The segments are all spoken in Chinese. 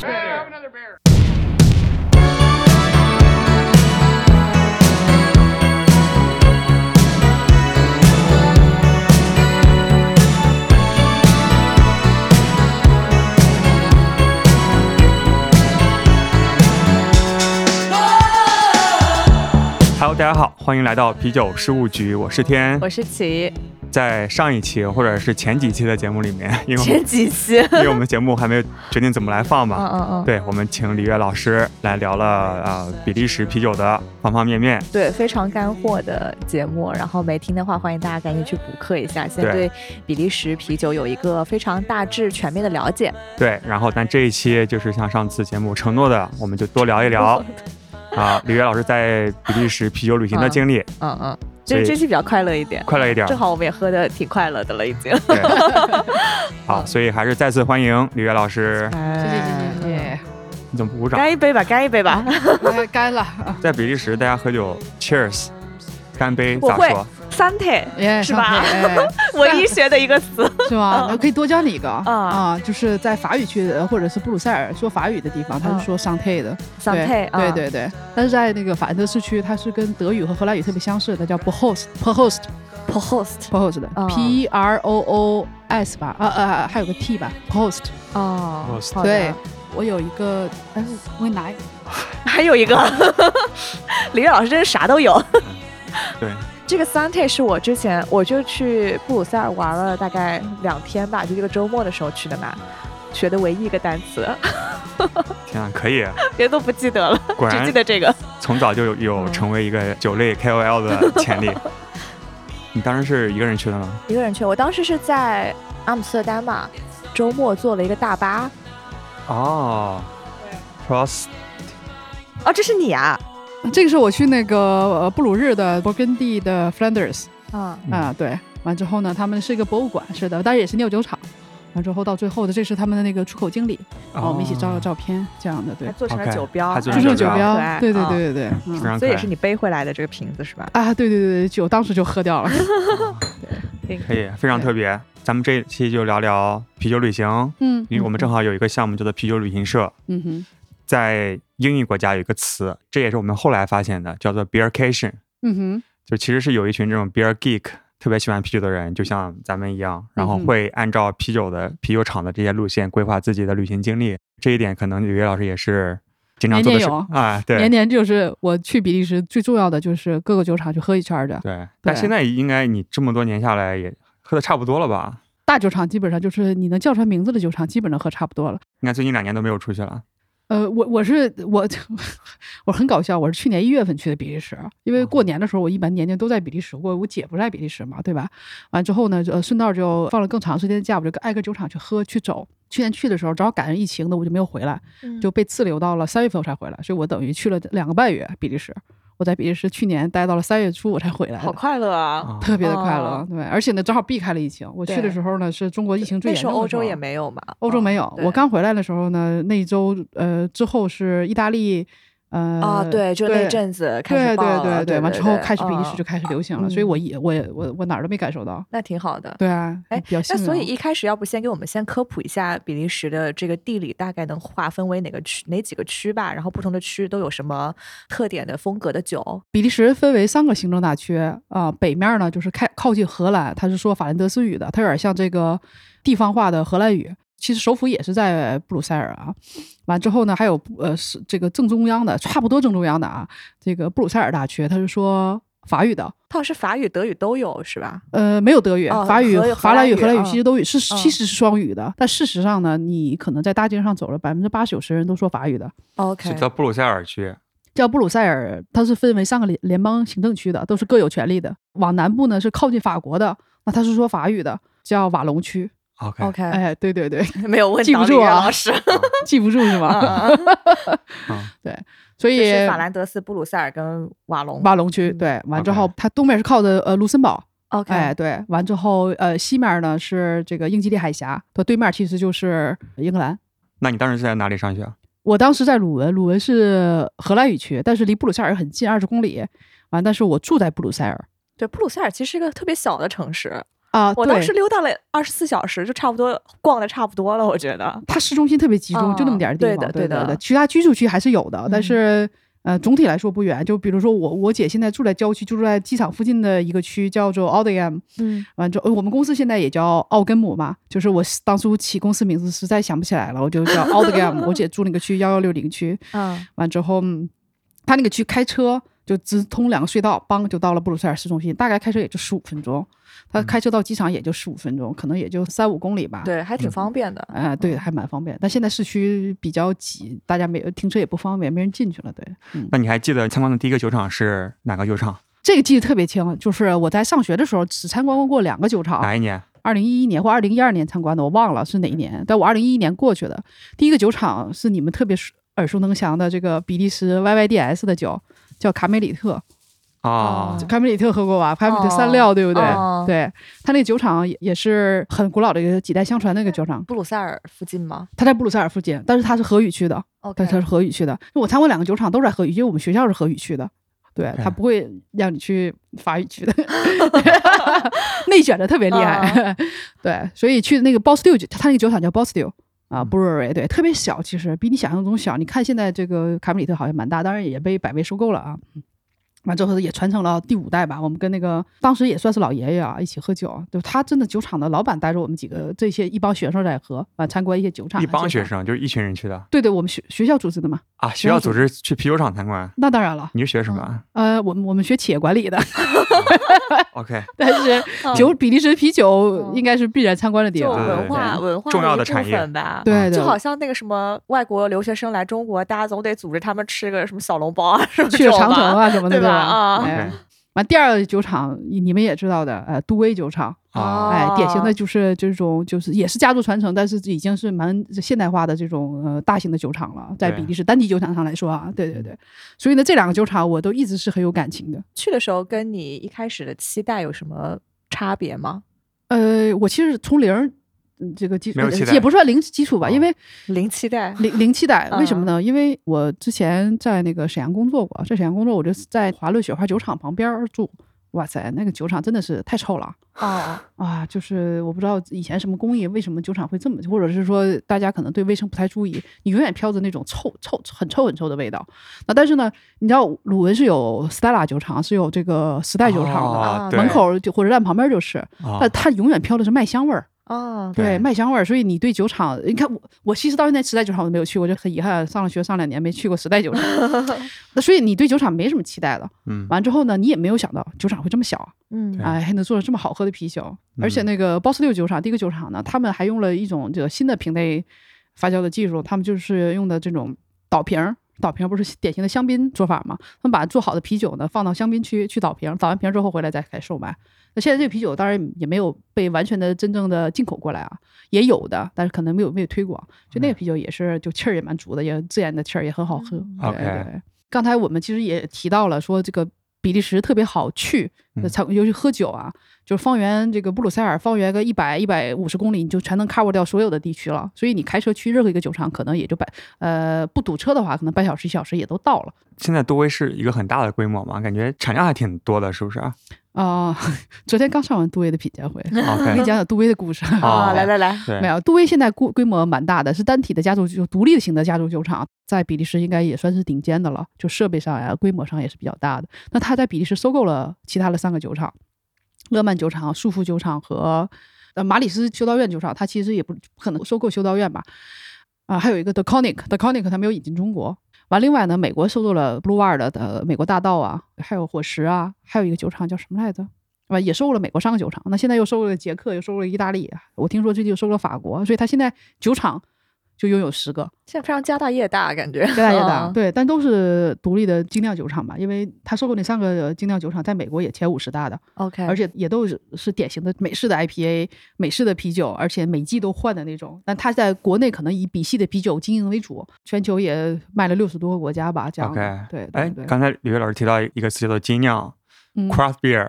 Brother Bear. Hello，大家好，欢迎来到啤酒事务局，我是天。我是琪，在上一期或者是前几期的节目里 面，因为我们前几期，嗯 因为我们节目还没有决定怎么来放嘛，嗯嗯，对我们请李悦老师来聊了啊、呃比利时啤酒的方方面面。对，非常干货的节目。然后没听的话，欢迎大家赶紧去补课一下，先对对比利时啤酒有一个非常大致全面的了解。对，然后但这一期就是像上次节目承诺的，我们就多聊一 聊啊李悦老师在比利时啤酒旅行的经历，嗯嗯，所这以这期比较快乐一点，快乐一点儿 正。好我们也喝的挺快乐的了，已经。 对，好，所以还是再次欢迎李悦老师。哎谢谢谢谢你怎么不鼓掌？干一杯吧，干一杯吧。哎干了，在比利时，大家喝酒，Cheers，干杯，我咋会说？三铁，耶是吧上台哎唯一学的一个 词。是吧？我可以多教你一个啊啊啊，就是在法语区的或者是布鲁塞尔说法语的地方，他是说 s a n t 的，三嗯对铁，对，对对。但是在那个法兰德市区，它是跟德语和荷兰语特别相似，它叫 p r o s t p r o s t p h o s t p r o s t 嗯 P R O O S 吧，啊啊，还有个 T 吧 p r o s t 哦 Prost，好的对，我有一个，哎，我给你拿一个。 还有一个，李悦老师真是啥都有。嗯对， 这个 Sante 是我之前我就去布鲁塞尔玩了大概两天吧，就这个周末的时候去的嘛，学的唯一一个单词，天啊，可以，别的都不记得了，果只然记得这个。从早就有有嗯成为一个酒类 KOL 的潜力。你当时是一个人去的吗？一个人去，我当时是在阿姆斯特丹嘛，周末坐了一个大巴。哦，Cross 哦，这是你啊？这个是我去那个呃布鲁日的勃艮第的 Flanders 啊、嗯啊，对，完之后呢，他们是一个博物馆似的，当然也是酿酒厂。完之后到最后的，这是他们的那个出口经理，哦然哦后我们一起照了照片，这样的，对还，做成了 OK，酒标，还做就成是酒酒标标可爱，对对啊对对对，非嗯常所以可也爱 是你背回来的这个瓶子是吧？啊，对对对对，酒当时就喝掉了，可以，非常特别。咱们这一期就聊聊啤酒旅行，嗯，因为我们正好，好有一个项目叫做啤酒旅行社，嗯哼，在英语国家有一个词，这也是我们后来发现的，叫做 beercation，嗯哼，就其实是有一群这种 beer geek 特别喜欢啤酒的人，就像咱们一样，然后嗯哼会按照啤酒的啤酒厂的这些路线规划自己的旅行经历。这一点可能李悦老师也是经常做的事年年啊，对，年年就是我去比利时最重要的就是各个酒厂去喝一圈儿的，对，但现在应该你这么多年下来也喝的差不多了吧？大酒厂基本上就是你能叫出来名字的酒厂，基本上喝差不多了。应该最近两年都没有出去了。呃，我我是我我很搞笑，我是去年一月份去的比利时，因为哦过年的时候我一般年年都在比利时，我我姐不在比利时嘛，对吧？完之后呢，就呃，顺道就放了更长时间的假，我就挨个酒厂去喝去走。去年去的时候正好赶上疫情的，我就没有回来，就被滞留到了三月份我才回来，所以我等于去了两个半月比利时。我在比利时去年待到了三月初我才回来的，好快乐啊！啊特别的快乐，哦对。而且呢，正好避开了疫情。我去的对时候呢，是中国疫情最那严时重候的欧洲候也没有嘛，欧洲没有有。哦对我刚回来的时候呢，那一周呃之后是意大利，呃啊、对，就那对阵子开对始爆对了，对对，完之后开始比利时嗯就开始流行了，所以嗯我也我也我我哪儿都没感受到。那挺好的。对啊，哎比较幸那运哦。所以一开始要不先给我们先科普一下比利时的这个地理，大概能划分为哪个区、哪几个区吧？然后不同的区都有什么特点的风格的酒？比利时分为三个行政大区啊、北面呢就是开靠近荷兰，它是说法兰德斯语的，它有点像这个地方化的荷兰语。其实首府也是在布鲁塞尔啊。完之后呢，还有呃是这个正中央的，差不多正中央的啊，这个布鲁塞尔大区，它是说法语的，它好像是法语、德语都有是吧？呃，没有德语、哦法语荷、法兰语、荷荷兰兰语语其实都语是嗯其实是双语的，但事实上呢，你可能在大街上走了，百分之八九十人都说法语的。 OK，是到布鲁塞尔去，叫布鲁塞尔，它是分为三个联联邦行政区的，都是各有权利的。往南部呢是靠近法国的，那它是说法语的，叫瓦隆区。 OK， 啊 OK，、哎，对 对对，没有问记到不李住元啊老 师，记不住是啊吗？啊啊 所就以是法兰德斯、布鲁塞尔跟瓦隆。瓦隆区嗯对，完之 OK 后它东面是靠着呃卢森堡， OK，、哎对，完之后呃西面呢是这个英吉利海峡，它对面其实就是英格兰。那你当时是在哪里上学？啊我当时在鲁文，鲁文是荷兰语区，但是离布鲁塞尔很近，二十公里。完，但是我住在布鲁塞尔。对，布鲁塞尔其实是一个特别小的城市，啊，我当对时溜达了二十四小时，就差不多逛的差不多了，我觉得。它市中心特别集中，就那嗯么点儿地对方。的对对的对，其他居住区还是有的，但嗯是呃，总体来说不远。就比如说我我姐现在住在郊区，就住在机场附近的一个区，叫做 a u d i m 嗯完之后，呃我们公司现在也叫奥根姆嘛，就是我当初起公司名字实在想不起来了，我就叫 a u d i m 我姐住那个区幺幺六零区，嗯完之后，嗯她那个区开车就直通两个隧道，梆就到了布鲁塞尔市中心，大概开车也就十五分钟。她开车到机场也就十五分钟，可能也就三五公里吧。对，还挺方便的。啊、对，还蛮方便。但现在市区比较挤，大家没停车也不方便，没人进去了。对，嗯，那你还记得参观的第一个酒厂是哪个酒厂？这个记得特别清，就是我在上学的时候只参观过两个酒厂，哪一年？二零一一年或二零一二年参观的，我忘了是哪一年。但我二零一一年过去的，第一个酒厂是你们特别熟耳熟能详的这个比利时 YYDS 的酒，叫卡梅里啊特。哦，卡梅里特喝过吧？卡梅里特三料，对不对？哦对，他那个酒厂也也是很古老的一个几代相传的一个酒厂，布鲁塞尔附近吗它在布鲁塞尔附近，但是它是荷语区的。 ？OK，但它是河语区的。我参观两个酒厂都是在河语，因为我们学校是河语区的。对对他不会让你去法语区的，内卷的特别厉害。 对，所以去那个 Boss 六，他那个酒厂叫 Boss 六啊嗯，Brewery，对，特别小，其实比你想象中小。你看现在这个卡梅里特好像蛮大，当然也被百威收购了啊。完之后也传承了第五代吧。我们跟那个当时也算是老爷爷啊，一起喝酒，就他真的酒厂的老板带着我们几个这些一帮学生在喝啊，参观一些酒厂啊。一帮这学样，生，就是一群人去的对对，我们学学校组织的嘛。啊。学校组织去啤酒厂参观，那当然了，你是学什么啊呃，我们我们学企业管理的，嗯？OK，但是酒比利时啤酒应该是必然参观的地就方。对嗯文化文化重要一的部产业分吧。对就对好像那个什么外国留学生来中国，大家总得组织他们吃个什么小笼包啊，什么去这种长城吧啊什么的，对吧啊吧？哎 OK 完，第二个酒厂你们也知道的，呃，杜威酒厂，啊哎，典型的哦就是这种，就是也是家族传承，但是已经是蛮现代化的这种呃大型的酒厂了，在对嗯比利时单体酒厂上来说啊，对对对，所以呢，这两个酒厂我都一直是很有感情的。去的时候跟你一开始的期待有什么差别吗？呃，我其实从零儿，嗯这个基础没有期待也不算零基础吧，哦因为零期 待。零零期待，为什么呢？因为我之前在那个沈阳工作过，在沈阳工作，我就在华乐雪花酒厂旁边儿住。哇塞，那个酒厂真的是太臭了哦，啊！就是我不知道以前什么工艺，为什么酒厂会这么，或者是说大家可能对卫生不太注意，你永远飘着那种臭臭很臭很臭的味道。那但是呢，你知道鲁文是有 Stella 酒厂，是有这个时代酒厂的，哦啊对门口就火车站旁边就是，啊但它永远飘的是麦香味儿。哦，对，对麦香味儿，所以你对酒厂，你看我，我其实到现在时代酒厂我都没有去过，就很遗憾，上了学上两年没去过时代酒厂，那所以你对酒厂没什么期待了。嗯，完之后呢，你也没有想到酒厂会这么小啊，嗯对哎，还能做出这么好喝的啤酒，而且嗯那个 Boss 六酒厂第一个酒厂呢，他们还用了一种这个新的瓶内发酵的技术，他们就是用的这种倒瓶儿。倒瓶儿不是典型的香槟做法吗？他们把做好的啤酒呢放到香槟区去倒瓶儿，倒完瓶儿之后回来再开始售卖。那现在这个啤酒当然也没有被完全的真正的进口过来啊，也有的，但是可能没有没有推广。就那个啤酒也是，就气儿也蛮足的，也自然的气儿也很好喝。嗯对 OK 对。刚才我们其实也提到了，说这个比利时特别好去，嗯才尤其喝酒啊，就是方圆这个布鲁塞尔方圆个一百一百五十公里，你就全能 cover 掉所有的地区了。所以你开车去任何一个酒厂，可能也就半呃不堵车的话，可能半小时一小时也都到了。现在多威是一个很大的规模嘛，感觉产量还挺多的，是 不是啊啊、昨天刚上完杜威的品鉴会，我给？OK，你讲讲杜威的故 事。哦啊，来来来，对没，有，杜威现在规规模蛮大的，是单体的家族就独立型的家族酒厂，在比利时应该也算是顶尖的了，就设备上呀、规模上也是比较大的。那他在比利时收购了其他的三个酒厂，勒曼酒厂、束缚酒厂和呃马里斯修道院酒厂，他其实也不不可能收购修道院吧？啊、还有一个 The Conic，The Conic 他没有引进中国。完，另外呢，美国收购了 Blue Wire 的呃美国大道啊，还有火石啊，还有一个酒厂叫什么来着？啊，也收购了美国三个酒厂，那现在又收购了捷克，又收购了意大利，我听说最近又收购了法国，所以他现在酒厂就拥有十个，现在非常家大业大，感 觉加大业大，嗯对，但都是独立的精酿酒厂吧，因为他收购那三个精酿酒厂，在美国也前五十大的， OK，而且也都是是典型的美式的 IPA、美式的啤酒，而且每季都换的那种。但他在国内可能以比系的啤酒经营为主，全球也卖了六十多个国家吧，这样的。 OK 对，对哎对，刚才李悦老师提到一个词叫做精酿嗯 （craft beer），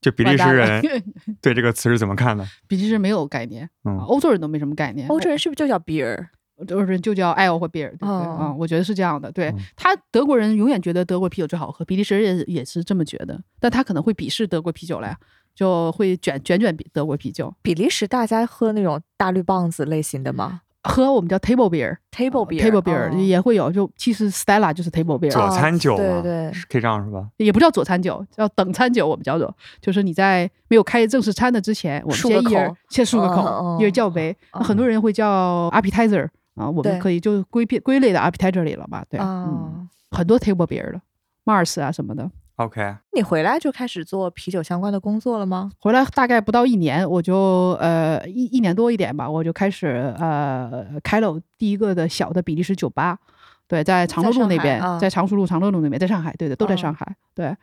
就 比利完时蛋了人 对这个词是怎么看的？ 比利时没有概念，嗯欧洲人都没什么概念，欧洲人是不是就叫 beer？就是人就叫艾欧或比尔，对不对？哦啊、我觉得是这样的。对、嗯他，德国人永远觉得德国啤酒最好喝，比利时人也是这么觉得，但他可能会鄙视德国啤酒来，就会卷卷卷比德国啤酒，比利时大家喝那种大绿棒子类型的吗喝我们叫 table beer。 ？Table beer，哦 table beer、哦也会有，就其实 Stella 就是 table beer，、佐餐酒对嘛，对是可以这样是吧？也不叫佐餐酒，叫等餐酒，我们叫做，就是你在没有开正式餐的之前，我们漱先个一人口先漱个口，嗯嗯一人叫杯。那很多人会叫 appetizer 啊，我对们可以就归变归类到 appetizer 里了吧？对，啊、嗯，很多 table beer 的，Mars 啊什么的。 OK，你回来就开始做啤酒相关的工作了吗？回来大概不到一年，我就呃一一年多一点吧，我就开始呃开了我第一个的小的比利时酒吧，对，在长乐路那边在上海啊，在长熟路、长乐路那边，在上海，对的，都在嗯上海，对。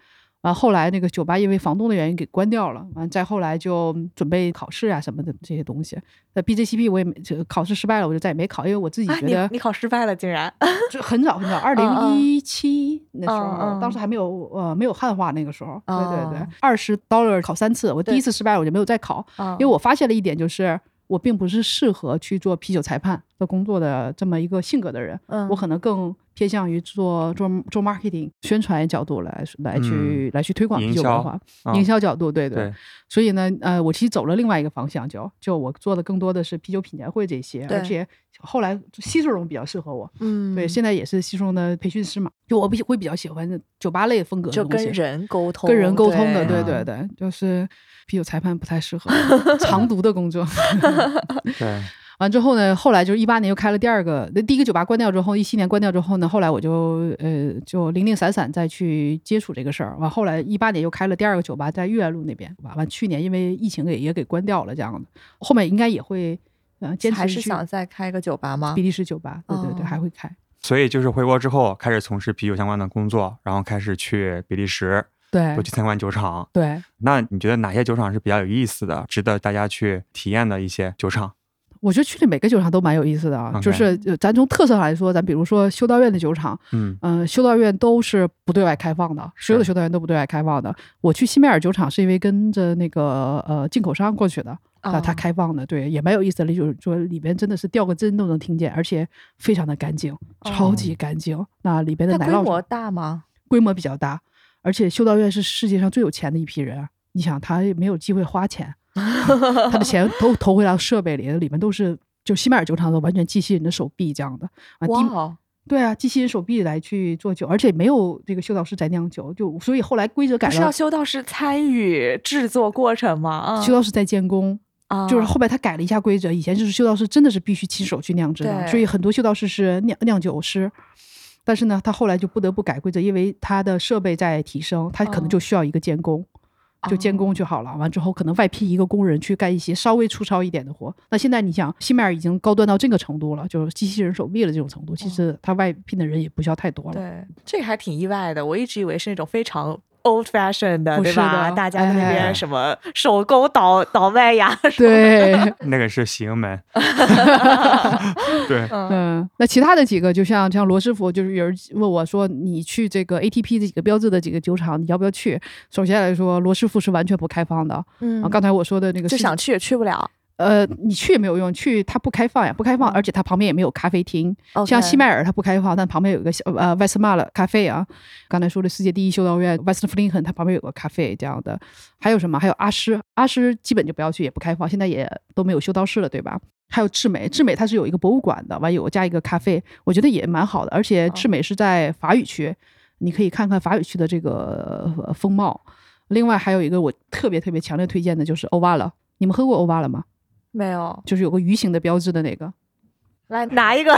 完后来那个酒吧因为房东的原因给关掉了，完再后来就准备考试啊什么的这些东西。那 BJCP 我也没这考试失败了，我就再也没考，因为我自己啊，觉你得、你考失败了，竟 然就很早很早，二零嗯一七那时候，嗯嗯当时还没有呃没有汉化那个时候，对对对嗯，二十 dollar 考三次，我第对一次失败了我就没有再考，啊因为我发现了一点就是。我并不是适合去做啤酒裁判的工作的这么一个性格的人，嗯我可能更偏向于做做做 marketing 宣传角度来来去、来去推广嗯营啤酒销文化，嗯营销角度，对对，所以呢，呃，我其实走了另外一个方向就，就我做的更多的是啤酒品鉴会这些，对而且后来西式龙比较适合我，嗯对，现在也是西中的培训师嘛，就我比会比较喜欢酒吧类风格的就东跟西人沟通，啊嗯跟人沟通的，对对对对，就是啤酒裁判不太 适合长读的工作。 对，完之后呢，后来就是一八年又开了第二个，那第一个酒吧关掉之后，一七年关掉之后呢，后来我就呃就零零散散再去接触这个事儿。完后来一八年又开了第二个酒吧，在岳安路那边。完完去年因为疫情也也给关掉了，这样的后面应该也会呃坚持还是去想再开个酒吧吗比？利时酒吧，对对对，哦还会开。所以就是回国之后开始从事啤酒相关的工作，然后开始去比利时，对多去参观酒厂。对。那你觉得哪些酒厂是比较有意思的，值得大家去体验的一些酒厂？我觉得去的每个酒厂都蛮有意思的啊 OK 就是呃咱从特色上来说，咱比如说修道院的酒厂，嗯嗯、修道院都是不对外开放的，所有的是修道院都不对外开放的。我去西梅尔酒厂是因为跟着那个呃进口商过去的，哦他他开放的，对，也蛮有意思的，就是说里边真的是掉个针都能听见，而且非常的干净，超级干净。那里边的那奶规酪模厂大吗？规模比较大，而且修道院是世界上最有钱的一批人啊，你想他也没有机会花钱。 他的钱都投回到设备里，里面都是就西麦尔酒厂的完全机器人的手臂这样的啊，哇低哦，对啊，机器人手臂来去做酒，而且没有这个修道士在酿酒，就所以后来规则改不是要了，修道士参与制作过程吗？啊修道士在监工，啊，就是后面他改了一下规则，以前就是修道士真的是必须亲手去酿制的，对所以很多修道士是酿酿酒师。但是呢，他后来就不得不改规则，因为他的设备在提升，他可能就需要一个监工，就监工就好了。完之后，可能外聘一个工人去干一些稍微粗糙一点的活。那现在你想，西麦尔已经高端到这个程度了，就是机器人手臂了这种程度，其实他外聘的人也不需要太多了。对，这个还挺意外的。我一直以为是那种非常 old fashion 的，不对是吧？的大家在那哎边什么手工倒倒卖 呀，什么对， 那个是喜迎门。对，嗯，那其他的几个，就像像罗师傅，就是有人问我说，你去这个 ATP 这几个标志的几个酒厂，你要不要去？首先来说，罗师傅是完全不开放的。嗯啊，刚才我说的那个就是想去也去不了。呃，你去也没有用，去它不开放呀，不开嗯放，而且它旁边也没有咖啡厅。像西麦尔它不开放，但旁边有一个小呃 w e s t m a l 咖啡啊，刚才说的世界第一修道院 West Flinken，它旁边有个咖啡这样的。还有什么？还有阿诗，阿诗基本就不要去，也不开放，现在也都没有修道士了，对吧？还有智美，智美它是有一个博物馆的，完有加一个咖啡，我觉得也蛮好的，而且哦智美是在法语区，你可以看看法语区的这个呃风貌。另外还有一个我特别特别强烈推荐的就是欧巴了，你们喝过欧巴了吗？没有，就是有个鱼形的标志的那个，来拿一个。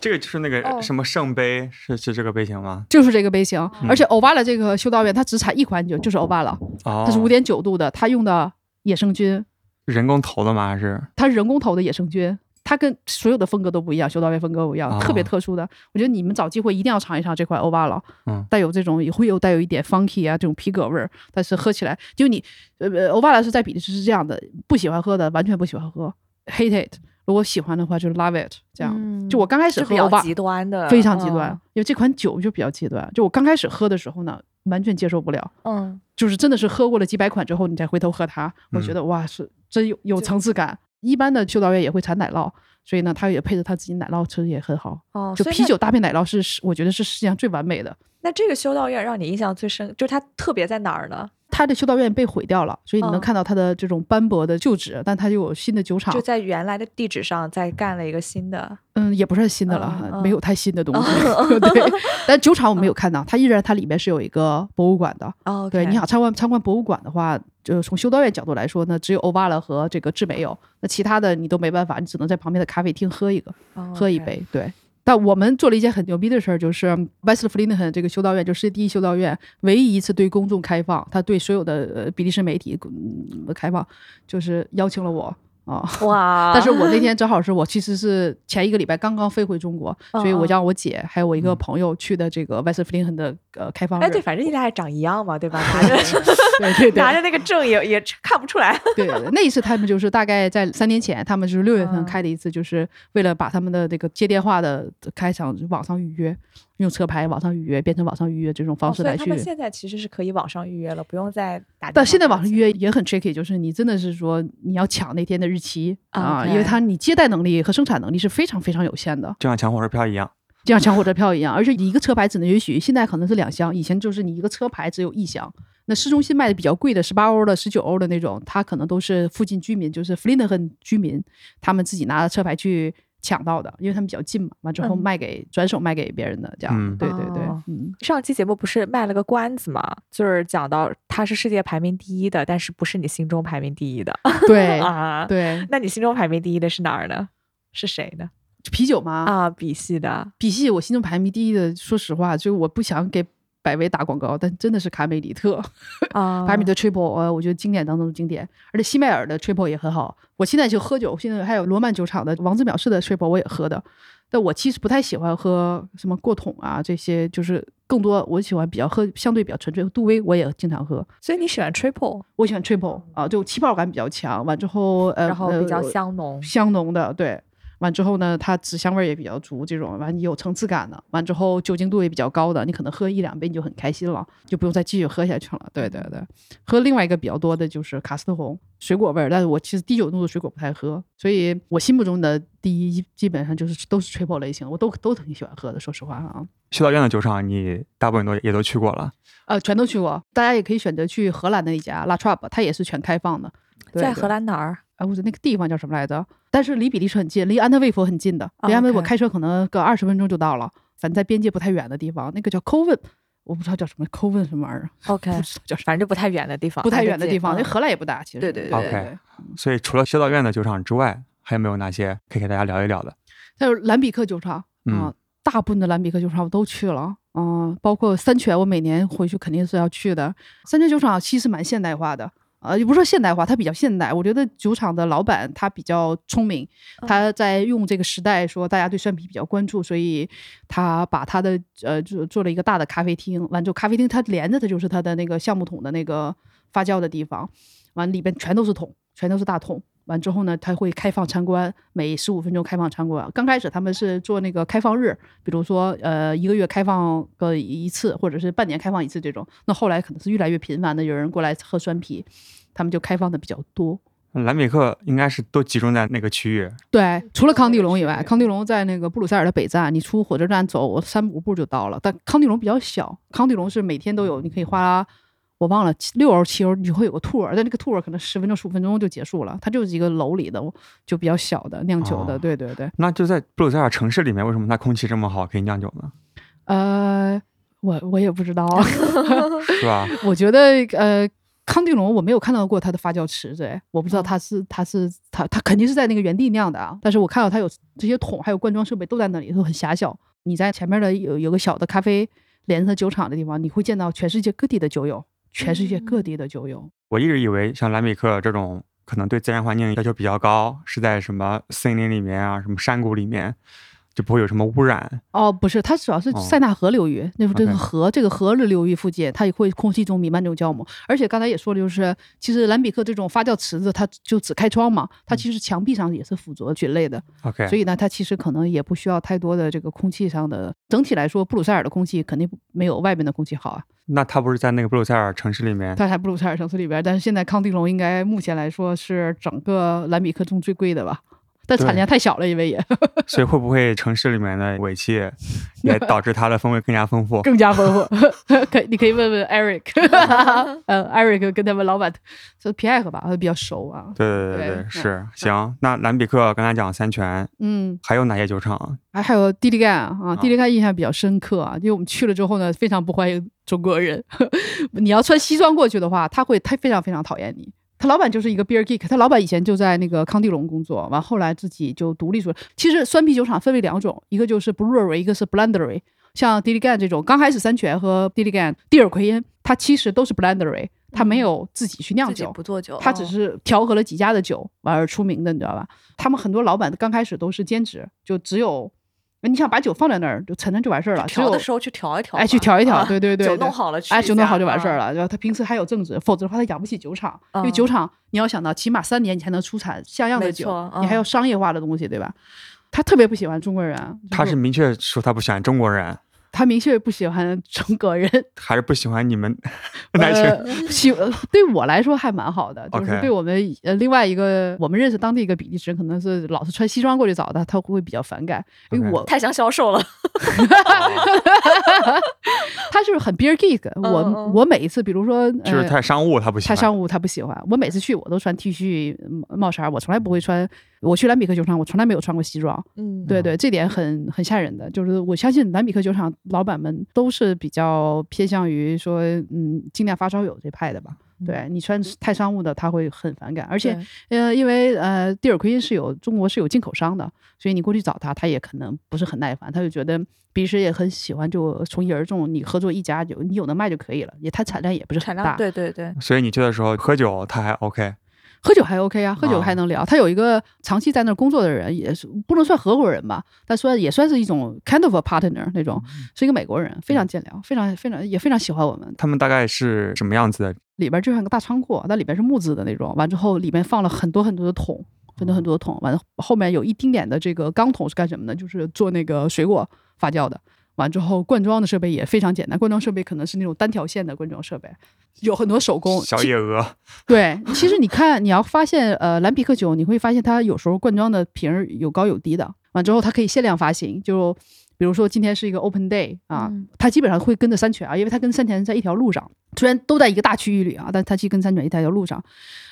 这个就是那个哦什么圣杯，是是这个杯型吗？就是这个杯型，而且欧巴了这个修道院它只产一款酒，就是欧巴了，嗯哦，它是五点九度的，它用的野生菌，人工投的吗？还是它是人工投的野生菌，它跟所有的风格都不一样，修道院风格不一样，哦特别特殊的。我觉得你们找机会一定要尝一尝这款欧巴了，嗯带有这种也会有带有一点 funky 啊这种皮革味儿，但是喝起来就你呃呃欧巴了是在比利时是这样的，不喜欢喝的完全不喜欢喝，hate it，如果喜欢的话就 love it，这样。嗯就我刚开始是喝比欧较巴，极端的，非常极端嗯，因为这款酒就比较极端。就我刚开始喝的时候呢，完全接受不了，嗯，就是真的是喝过了几百款之后，你再回头喝它，我觉嗯得哇，是真有有层次感。一般的修道院也会产奶酪，所以呢，它也配着它自己奶酪吃也很好。哦，就所以啤那酒搭配奶酪是，是我觉得是世界上最完美的。那这个修道院让你印象最深，就是它特别在哪儿呢？它的修道院被毁掉了，所以你能嗯看到它的这种斑驳的旧址，但它又有新的酒厂就，在原来的地址上再干了一个新的，嗯，也不算新的了，嗯嗯没有太新的东 西。哦对， 但酒厂我没有看到，它依然它里面是有一个博物馆的。哦，对，你想参观参观博物馆的话，就从修道院角度来说呢，只有欧巴了和这个智美有，那其他的你都没办法，你只能在旁边的咖啡厅喝一个。想喝一，杯。对，但我们做了一件很牛逼的事儿，就是威斯特弗林顿这个修道院，就是世界第一修道院，唯一一次对公众开放，他对所有的呃比利时媒体嗯开放，就是邀请了我啊。 OK 哇！但是我 那天正好是我其实是前一个礼拜刚刚飞回中国，所以我嗯嗯让我姐还有我一个朋友去的这个威斯特弗林顿的呃开放日。哎，对，反正你俩也长一样嘛，对 吧？拿着对对 对拿着那个证也也看不出来。 对，那一次他们就是大概在三年前，他们就是六月份嗯开的一次，就是为了把他们的这个接电话的开场网上预约，用车牌网上预约变成网上预约这种方式哦所以来他去。们现在其实是可以网上预约了，不用再打电话了。但现在网上预约也很 tricky，就是你真的是说你要抢那天的日期啊， OK 因为它你接待能力和生产能力是非常非常有限的，就像抢火车票一样，就像抢火车票一样，而且一个车牌只能允许现在可能是两箱，以前就是你一个车牌只有一箱。那市中心卖的比较贵的，十八欧的、十九欧的那种，它可能都是附近居民，就是 Flinthen 居民，他们自己拿着车牌去抢到的，因为他们比较近嘛。完之后嗯卖给、转手卖给别人的，这样。嗯对对对，哦 嗯，上期节目不是卖了个关子嘛，就是讲到他是世界排名第一的，但是不是你心中排名第一的对啊？，对， 那你心中排名第一的是哪儿呢？是谁呢？啤酒嘛，啊，比系 的比系我心中排名第一的，说实话，就我不想给百威打广告，但真的是卡梅里特。啊，百米的 triple，呃，我觉得经典当中的经典，而且西麦尔的 triple 也很好。我现在就喝酒，现在还有罗曼酒厂的王志淼式的 triple 我也喝的，但我其实不太喜欢喝什么过桶啊这些，就是更多我喜欢比较喝相对比较纯粹。杜威我也经常喝，所以你喜欢 triple，我喜欢 triple 啊，就气泡感比较强，完之后呃，然后比较呃香浓。香浓的，对。完之后呢，它纸香味儿也比较足，这种完你有层次感的，完之后酒精度也比较高的，你可能喝一两杯你就很开心了，就不用再继续喝下去了。对对对，喝另外一个比较多的就是卡斯特红，水果味儿，但是我其实低酒度的水果不太喝，所以我心目中的第一基本上就是都是 triple 类型，我都都挺喜欢喝的，说实话啊。修道院的酒厂你大部分都也都去过了。呃，全都去过，大家也可以选择去荷兰的一家 La Trappe，它也是全开放的。对在对荷兰哪儿？哎，我的那个地方叫什么来着？但是离比利时很近，离安特卫普很近的，离安特卫普哦 OK 开车可能个二十分钟就到了，反正在边界不太远的地方，那个叫 Coven，我不知道叫什么 Coven 什么玩意儿， OK， 不知道叫啥，反正就不太远的地方，不太按着远的近地方。那哎嗯荷兰也不大，其实。对对对对 OK 所以除了修道院的酒厂之外，还有没有哪些可以给大家聊一聊的？还有兰比克酒厂啊嗯，大部分的兰比克酒厂我都去了。嗯，包括三泉，我每年回去肯定是要去的。三泉酒厂其实蛮现代化的，呃，也不是说现代化，它比较现代。我觉得酒厂的老板他比较聪明，他在用这个时代说大家对蒜皮比较关注，所以他把他的呃就做了一个大的咖啡厅。完之后，咖啡厅它连着的就是它的那个橡木桶的那个发酵的地方，完里边全都是桶，全都是大桶。完之后呢，他会开放参观，每十五分钟开放参观。刚开始他们是做那个开放日，比如说呃一个月开放个一次，或者是半年开放一次这种。那后来可能是越来越频繁的有人过来喝酸啤，他们就开放的比较多。嗯兰比克应该是都集中在那个区域，对，除了康帝龙以是外，康帝龙在那个布鲁塞尔的北站，你出火车站走三五步就到了。但康帝龙比较小，康帝龙是每天都有，你可以花我忘了七六欧七欧，你会有个 tour，但这个 tour 可能十分钟十五分钟就结束了，它就是一个楼里的，就比较小的酿酒的，哦对对对。那就在布鲁塞尔城市里面，为什么它空气这么好，可以酿酒呢？呃，我我也不知道，是吧？我觉得呃。康帝龙我没有看到过它的发酵池子，哎我不知道它是它是它它肯定是在那个原地酿的啊。但是我看到它有这些桶，还有灌装设备都在那里，都很狭小。你在前面的有有个小的咖啡连着酒厂的地方，你会见到全世界各地的酒友，全世界各地的酒友。我一直以为像兰比克这种可能对自然环境要求比较高，是在什么森林里面啊，什么山谷里面，就不会有什么污染。哦，不是，它主要是哦塞纳河流域，那这个 OK 河，这个河的流域附近，它也会空气中弥漫这种酵母。而且刚才也说了，就是其实兰比克这种发酵池子，它就只开窗嘛，嗯它其实墙壁上也是附着菌类的， OK，所以以呢，它其实可能也不需要太多的这个空气上的。整体来说，布鲁塞尔的空气肯定不没有外面的空气好啊，那它不是在那个布鲁塞尔城市里面？它还布鲁塞尔城市里边儿。但是现在康帝龙应该目前来说是整个兰比克中最贵的吧。但产对量太小了，因为也所以会不会城市里面的尾气 也导致它的风味更加丰富？更加丰富。 可以你可以问 问 Eric，呃，Eric 跟他们老板就皮埃克吧，他比较熟啊。对对对对嗯对，是行。那蓝比克刚才讲三泉，嗯，还有哪些酒厂？还还有地利干啊，地利干印象比较深刻啊，因为我们去了之后呢，非常不欢迎中国人。 你要穿西装过去的话，他会他非常非常讨厌你。他老板就是一个 beer geek，他老板以前就在那个康帝龙工作，完后来自己就独立出来。其实酸啤酒厂分为两种，一个就是 brewery，一个是 blendery。像 d i l i g a n 这种，刚开始三全和 d i l i g a n 蒂尔奎因，它其实都是 blendery，它没有自己去酿嗯自己酒，不做酒，他只是调和了几家的酒，完而出名的，你知道吧？他们很多老板刚开始都是兼职，就只有哎你想把酒放在那儿就陈陈就完事儿了，只调有的时候去调一调吧，哎去调一调，啊 对对对，酒对弄好了去一下，哎酒弄好就完事儿啊。了。然后他平时还有正职，否则的话他养不起酒厂，因为嗯酒厂你要想到起码三年你才能出产像样的没酒错，你嗯还要商业化的东西，对吧？他特别不喜欢中国人，啊就是他是明确说他不喜欢中国人，他明确不喜欢中国人，还是不喜欢你们 奶泉？ 呃、喜 呃对我来说还蛮好的，就是 OK 对我们呃另外一个我们认识当地一个比利时人，可能是老是穿西装过去找他，他会比较反感，因为 OK 我太像销售了，哦他就是很 beer geek，我、嗯嗯我每一次比如说呃就是太商务，他不喜他欢。商务他不喜欢，我每次去我都穿 T 恤嗯帽衫，我从来不会穿，我去兰比克酒厂我从来没有穿过西装，嗯，对对，这点很很吓人的，就是我相信蓝比克酒厂老板们都是比较偏向于说，嗯，尽量发烧友这派的吧。嗯对你穿太商务的，他会很反感，而而且呃，因为呃，蒂尔奎因是有中国是有进口商的，所以你过去找他，他也可能不是很耐烦，他就觉得比利时也很喜欢，就从一而终，你合作一家就你有能卖就可以了，也它产量也不是产很量大，对对对，所以你去的时候喝酒，他还 OK。喝酒还 OK 啊，喝酒啊还能聊。他有一个长期在那儿工作的人，也是不能算合伙人吧，但算也算是一种 kind of a partner 那嗯种，是一个美国人，非常见聊，非常非常也非常喜欢我们。他们大概是什么样子的？里边就像个大仓库，那里边是木质的那种，完之后里面放了很多很多的桶，很多很多的桶，完了后面有一丁点的这个钢桶是干什么呢？就是做那个水果发酵的。完之后灌装的设备也非常简单，灌装设备可能是那种单条线的灌装设备，有很多手工。小其野鹅，啊对，其实你看，你要发现呃蓝皮克酒，你会发现它有时候灌装的瓶儿有高有低的，完之后它可以限量发行，就比如说今天是一个 open day 啊，嗯它基本上会跟着山泉啊，因为它跟山泉在一条路上，虽然都在一个大区域里啊，但它其实跟山泉一条路上。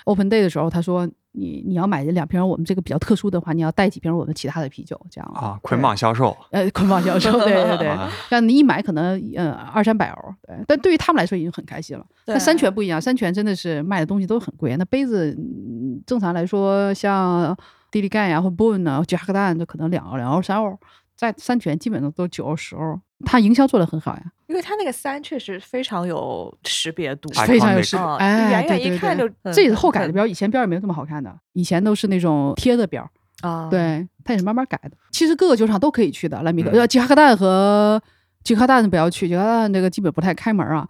open day 的时候，他说你你要买两瓶我们这个比较特殊的话，你要带几瓶我们其他的啤酒，这样啊，捆绑销售。呃，捆绑销售，对哦对对 啊，让你一买可能嗯二三百欧，对，但对于他们来说已经很开心了。对那三全不一样，三全真的是卖的东西都很贵，那杯子嗯正常来说像地利干呀或 Boon 啊、杰克蛋，这可能两欧、两欧、三欧，在三全基本上都九欧、十欧，它营销做的很好呀，因为它那个三确实非常有识别度， Iconic 非常有识别，啊哎，远对远一对看对就很这也是后改的很标，以前标也没有这么好看的，以前都是那种贴的标。啊，，对，它也是慢慢改的。其实各个酒厂都可以去的，兰比克、嗯呃，吉哈克蛋和吉哈克蛋不要去，吉哈克蛋这个基本不太开门啊。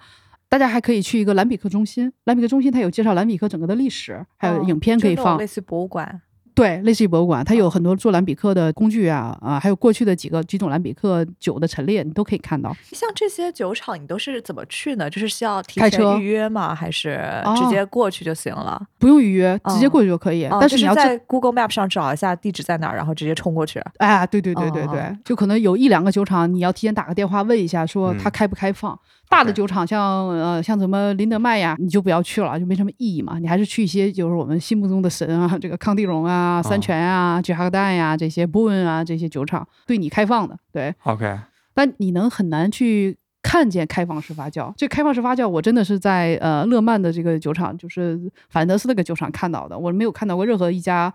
大家还可以去一个兰比克中心，兰比克中心它有介绍兰比克整个的历史，还有哦影片就可以那种放，类似于博物馆，对，类似于博物馆，它有很多做兰比克的工具啊啊，还有过去的几个几种兰比克酒的陈列，你都可以看到。像这些酒厂，你都是怎么去呢？就是需要提开车前预约吗？还是哦直接过去就行了？不用预约，直接过去就可以。哦但就是你要知在 Google Map 上找一下地址在哪儿，然后直接冲过去。哎，对对对对哦哦对，就可能有一两个酒厂，你要提前打个电话问一下，说嗯它开不开放。大的 OK 酒厂像呃像什么林德麦呀，你就不要去了，就没什么意义嘛。你还是去一些就是我们心目中的神啊，这个康帝龙啊、三哦全啊、杰哈克蛋呀、这些波恩啊这些酒厂对你开放的，对。 OK，但你能很难去看见开放式发酵。这开放式发酵，我真的是在呃勒曼的这个酒厂，就是法兰德斯那个酒厂看到的，我没有看到过任何一家。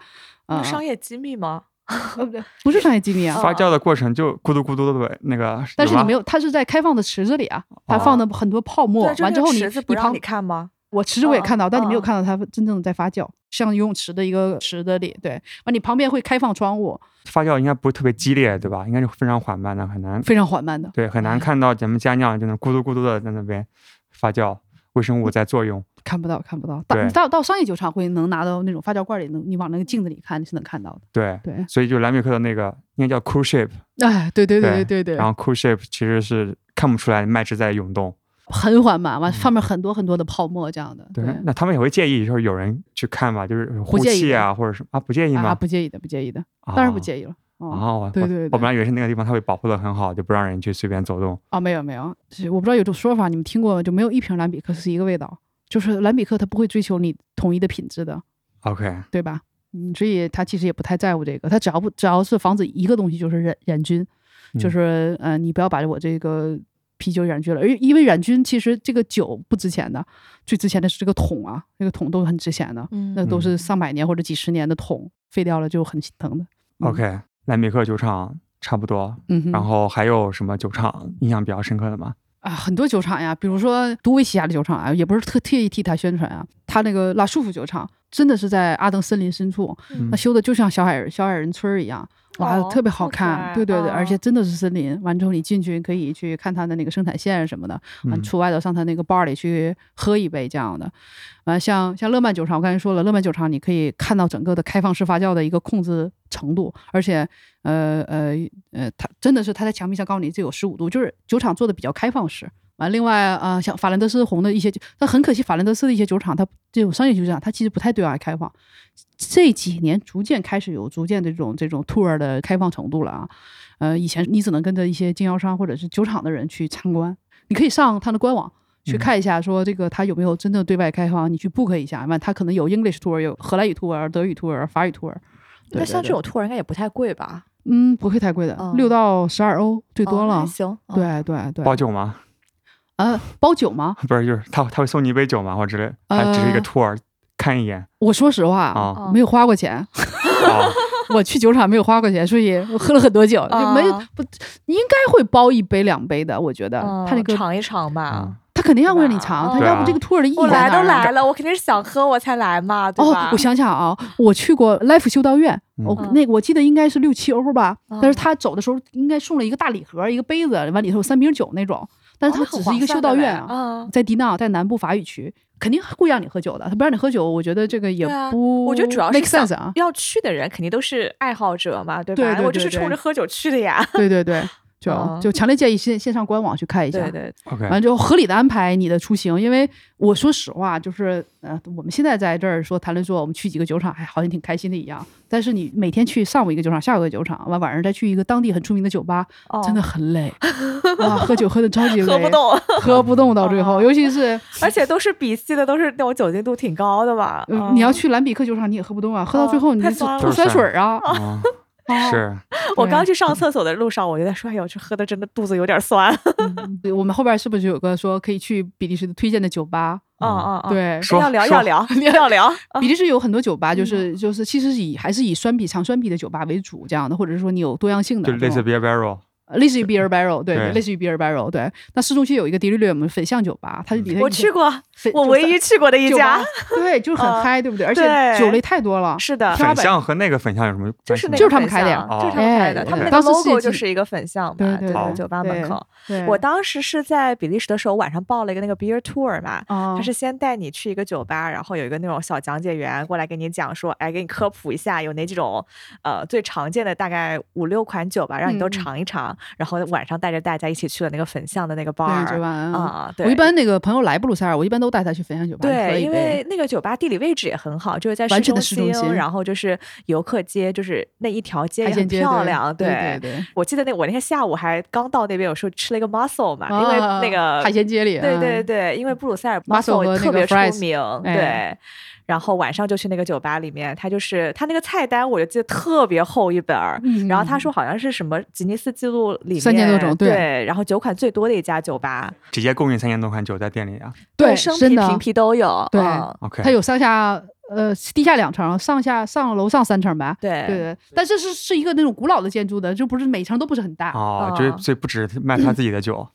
呃，商业机密吗？呃不对不是商业机密啊，发酵的过程就咕嘟咕嘟的那个，但是你没有哦有，它是在开放的池子里啊，它放的很多泡沫，对，就完那之个后你池子不旁让你看吗？我池子我嗯也看到，但你没有嗯看到它真正的在发酵，像游泳池的一个池子里，对，完你旁边会开放窗户，吗发酵应该不是特别激烈，对吧？应该是非常缓慢的，很 难非常缓慢的。对，很难看到咱们家酿就能咕嘟咕嘟的在那边发酵，微生物在作用。看不到，看不到。到对到到商业酒厂会能拿到那种发酵罐里，能你往那个镜子里看你是能看到的。对，对，所以就蓝比克的那个应该叫 cool shape，哎，对对对对对对对然。后 cool shape 其实是看不出来麦汁在涌动。很缓慢，完上面很多很多的泡沫这样的。嗯对，那他们也会介意，就是有人去看吧，就是呼介意气的啊，或者什么啊，不介意吗？啊啊，不介意的，不介意的，当然不介意了。意哦哦，对我对我对本来以为是那个地方它会保护的很好，就不让人去随便走动。啊，没有没有，是我不知道有种说法，你们听过吗？就没有一瓶蓝比克是一个味道，就是蓝比克它不会追求你统一的品质的， OK，对吧？嗯，所以他其实也不太在乎这个，他只要不只要是防止一个东西，就是染染菌，就嗯是呃，你不要把我这个啤酒染菌了，而因为染菌其实这个酒不值钱的，最值钱的是这个桶啊，那个桶都很值钱的，嗯那都嗯是上百年或者几十年的桶，废掉了就很心疼的。嗯 OK，莱米克酒厂差不多。嗯哼，然后还有什么酒厂印象比较深刻的吗？啊，很多酒厂呀，比如说独维西亚的酒厂啊，也不是特特意替他宣传啊，他那个拉舒夫酒厂真的是在阿登森林深处，嗯那修的就像小矮人小矮人村儿一样，哇，哦特别好这么可看，爱对对对，哦而且真的是森林。完之后你进去可以去看它的那个生产线什么的，完嗯出外头上他那个 bar 里去喝一杯这样的。完像像乐曼酒厂，我刚才说了，乐曼酒厂你可以看到整个的开放式发酵的一个控制程度，而且呃呃呃，它真的是它在墙壁上告诉你这有十五度，就是酒厂做的比较开放式。完，另外啊、呃像法兰德斯红的一些酒，但很可惜，法兰德斯的一些酒厂，它这种商业酒厂，它其实不太对外开放。这几年逐渐开始有逐渐这种这种 tour 的开放程度了啊。呃，以前你只能跟着一些经销商或者是酒厂的人去参观，你可以上他的官网去嗯看一下，说这个他有没有真正对外开放，你去 book 一下。完，他可能有 English tour，有荷兰语 tour、德语 tour、法语 tour。对那像对这种兔儿应该也不太贵吧？嗯，不会太贵的哦，六到十二欧最哦多那了还。行，哦对对对，包酒吗？ 呃，包酒吗？不是，就是他他会送你一杯酒吗？或者之类，还只是一个呃 tour，看一 眼我说实话，啊哦没有花 过钱，啊我去酒厂没有花过钱，所以我喝了很多酒，就没啊不应该会包一杯两杯的，我觉得嗯他那个尝一尝吧啊。！他肯定要为你对吧尝，他对要不啊这个兔儿的意义我来在哪都儿啊来了，我肯定是想喝我才来嘛，对哦吧？，我想想啊，我去过 Life 修道院，嗯我嗯那个我记得应该是六七欧吧，但嗯是他走的时候应该送了一个大礼盒，一个杯子，完里头有三瓶酒那种，但是哦他只是一个修道院啊，啊。在迪纳，在南部法语区，肯定会让你喝酒的。他不让你喝酒，我觉得这个也对啊不，我觉得主要是 make 想，sense 啊要去的人肯定都是爱好者嘛，对吧？对对我就是对对冲着喝酒去的呀。 对对对，就、嗯就强烈建议线线上官网去看一下，对啊对， OK，完之后合理的安排你的出行，因为我说实话，就是呃，我们现在在这儿说谈论说我们去几个酒厂，还哎好像挺开心的一样。但是你每天去上午一个酒厂，下午一个酒厂，完晚上再去一个当地很出名的酒吧，哦真的很累，哇，喝酒喝的超级 累，喝不，动，喝不动到最后，哦尤其是、而且都是比西的，都是那种酒精度挺高的嘛。呃嗯你要，去蓝比克酒厂，你也喝不动啊，喝到最哦后你太就酸吐了酸水儿啊，啊，啊 是我对刚去上厕所的路上，我就在说，哎呦，这喝的真的肚子有点酸。 嗯对我们后边是不是有个说可以去比利时的推荐的酒吧？啊啊啊！嗯对，说要聊说要聊要 聊。比利时有很多酒嗯吧，就是就是其实是以还是以酸啤长酸啤的酒吧为主这样的，或者是说你有多样性的就这种，类似 beer barrel，呃类似于 beer barrel，对，对类似于 beer barrel，对。那市中心有一个 delirium 粉象酒吧，它是里头我去过，粉，我就唯在一去过的一酒吧啊家。，对，就是很嗯嗨，对不对？而且对酒类太多了，是的，天花粉板象和那个粉象有什么就关系是吗？那就个是他们粉开的呀象哦就是他们开的，哎他们那当个时是 logo 已经就是一个粉象嘛，对对对对酒吧门对口。对，我当时是在比利时的时候，晚上报了一个那个 beer tour 嘛，啊，他是先带你去一个酒吧，然后有一个那种小讲解员过来给你讲说，哎，给你科普一下有哪几种呃最常见的大概五六款酒吧，让你都嗯嗯尝一尝，然后晚上带着大家一起去了那个粉象的那个 bar 对酒儿吧啊。啊、对。我一般那个朋友来布鲁塞尔，我一般都带他去粉象酒吧喝对，一因杯为那个酒吧地理位置也很好，就是在完全的市市中中心然后就是游客街，就是那一条街海也很鲜街对漂亮。对对对，我记得那我那天下午还刚到那边，有时候吃了一个 muscle 嘛，因为啊那个海鲜街里，对嗯对对，因为布鲁塞尔 Muscle 和那特个别出 Fries，名，哎对。然后晚上就去那个酒吧里面，他就是他那个菜单，我就记得特别厚一本儿。嗯然后他说好像是什么吉尼斯纪录里面三千多种对对然后酒款最多的一家酒吧，直接供应三千多款酒在店里啊。对，生真啤、的瓶啤都有，对嗯 OK，它有上下呃地下两层，上下上楼上三层吧。对哎对对，但是是是一个那种古老的建筑的，就不是每层都不是很大。哦，啊就是所以不只是卖他自己的酒，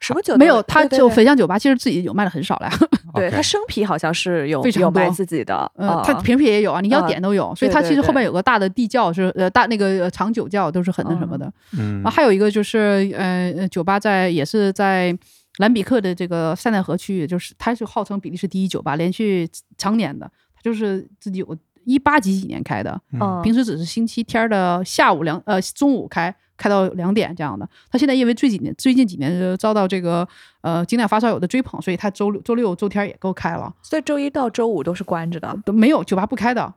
什么酒都啊没有，它对对就对粉象酒吧其实自己有卖的很 少了，对 OK 它生啤好像是有非常有卖多自己的，嗯，呃哦它瓶啤也有啊，你要啊点都有，所以对它对其实后对面有个大的地窖是呃大那个呃长酒窖都是很那什么的。嗯啊，，还有一个就是呃呃酒吧在也是在兰比克的这个塞纳河区域，就是它是号称比利时第一酒吧，连续常年的，它就是自己有一八几几年开的，嗯嗯，平时只是星期天儿的下午两呃中午开，开到两点这样的。他现在因为最近年最近几年呃遭到这个呃精酿发烧友的追捧，所以他周六周六周天儿也够开了，所以周一到周五都是关着的。都没有酒吧不开的。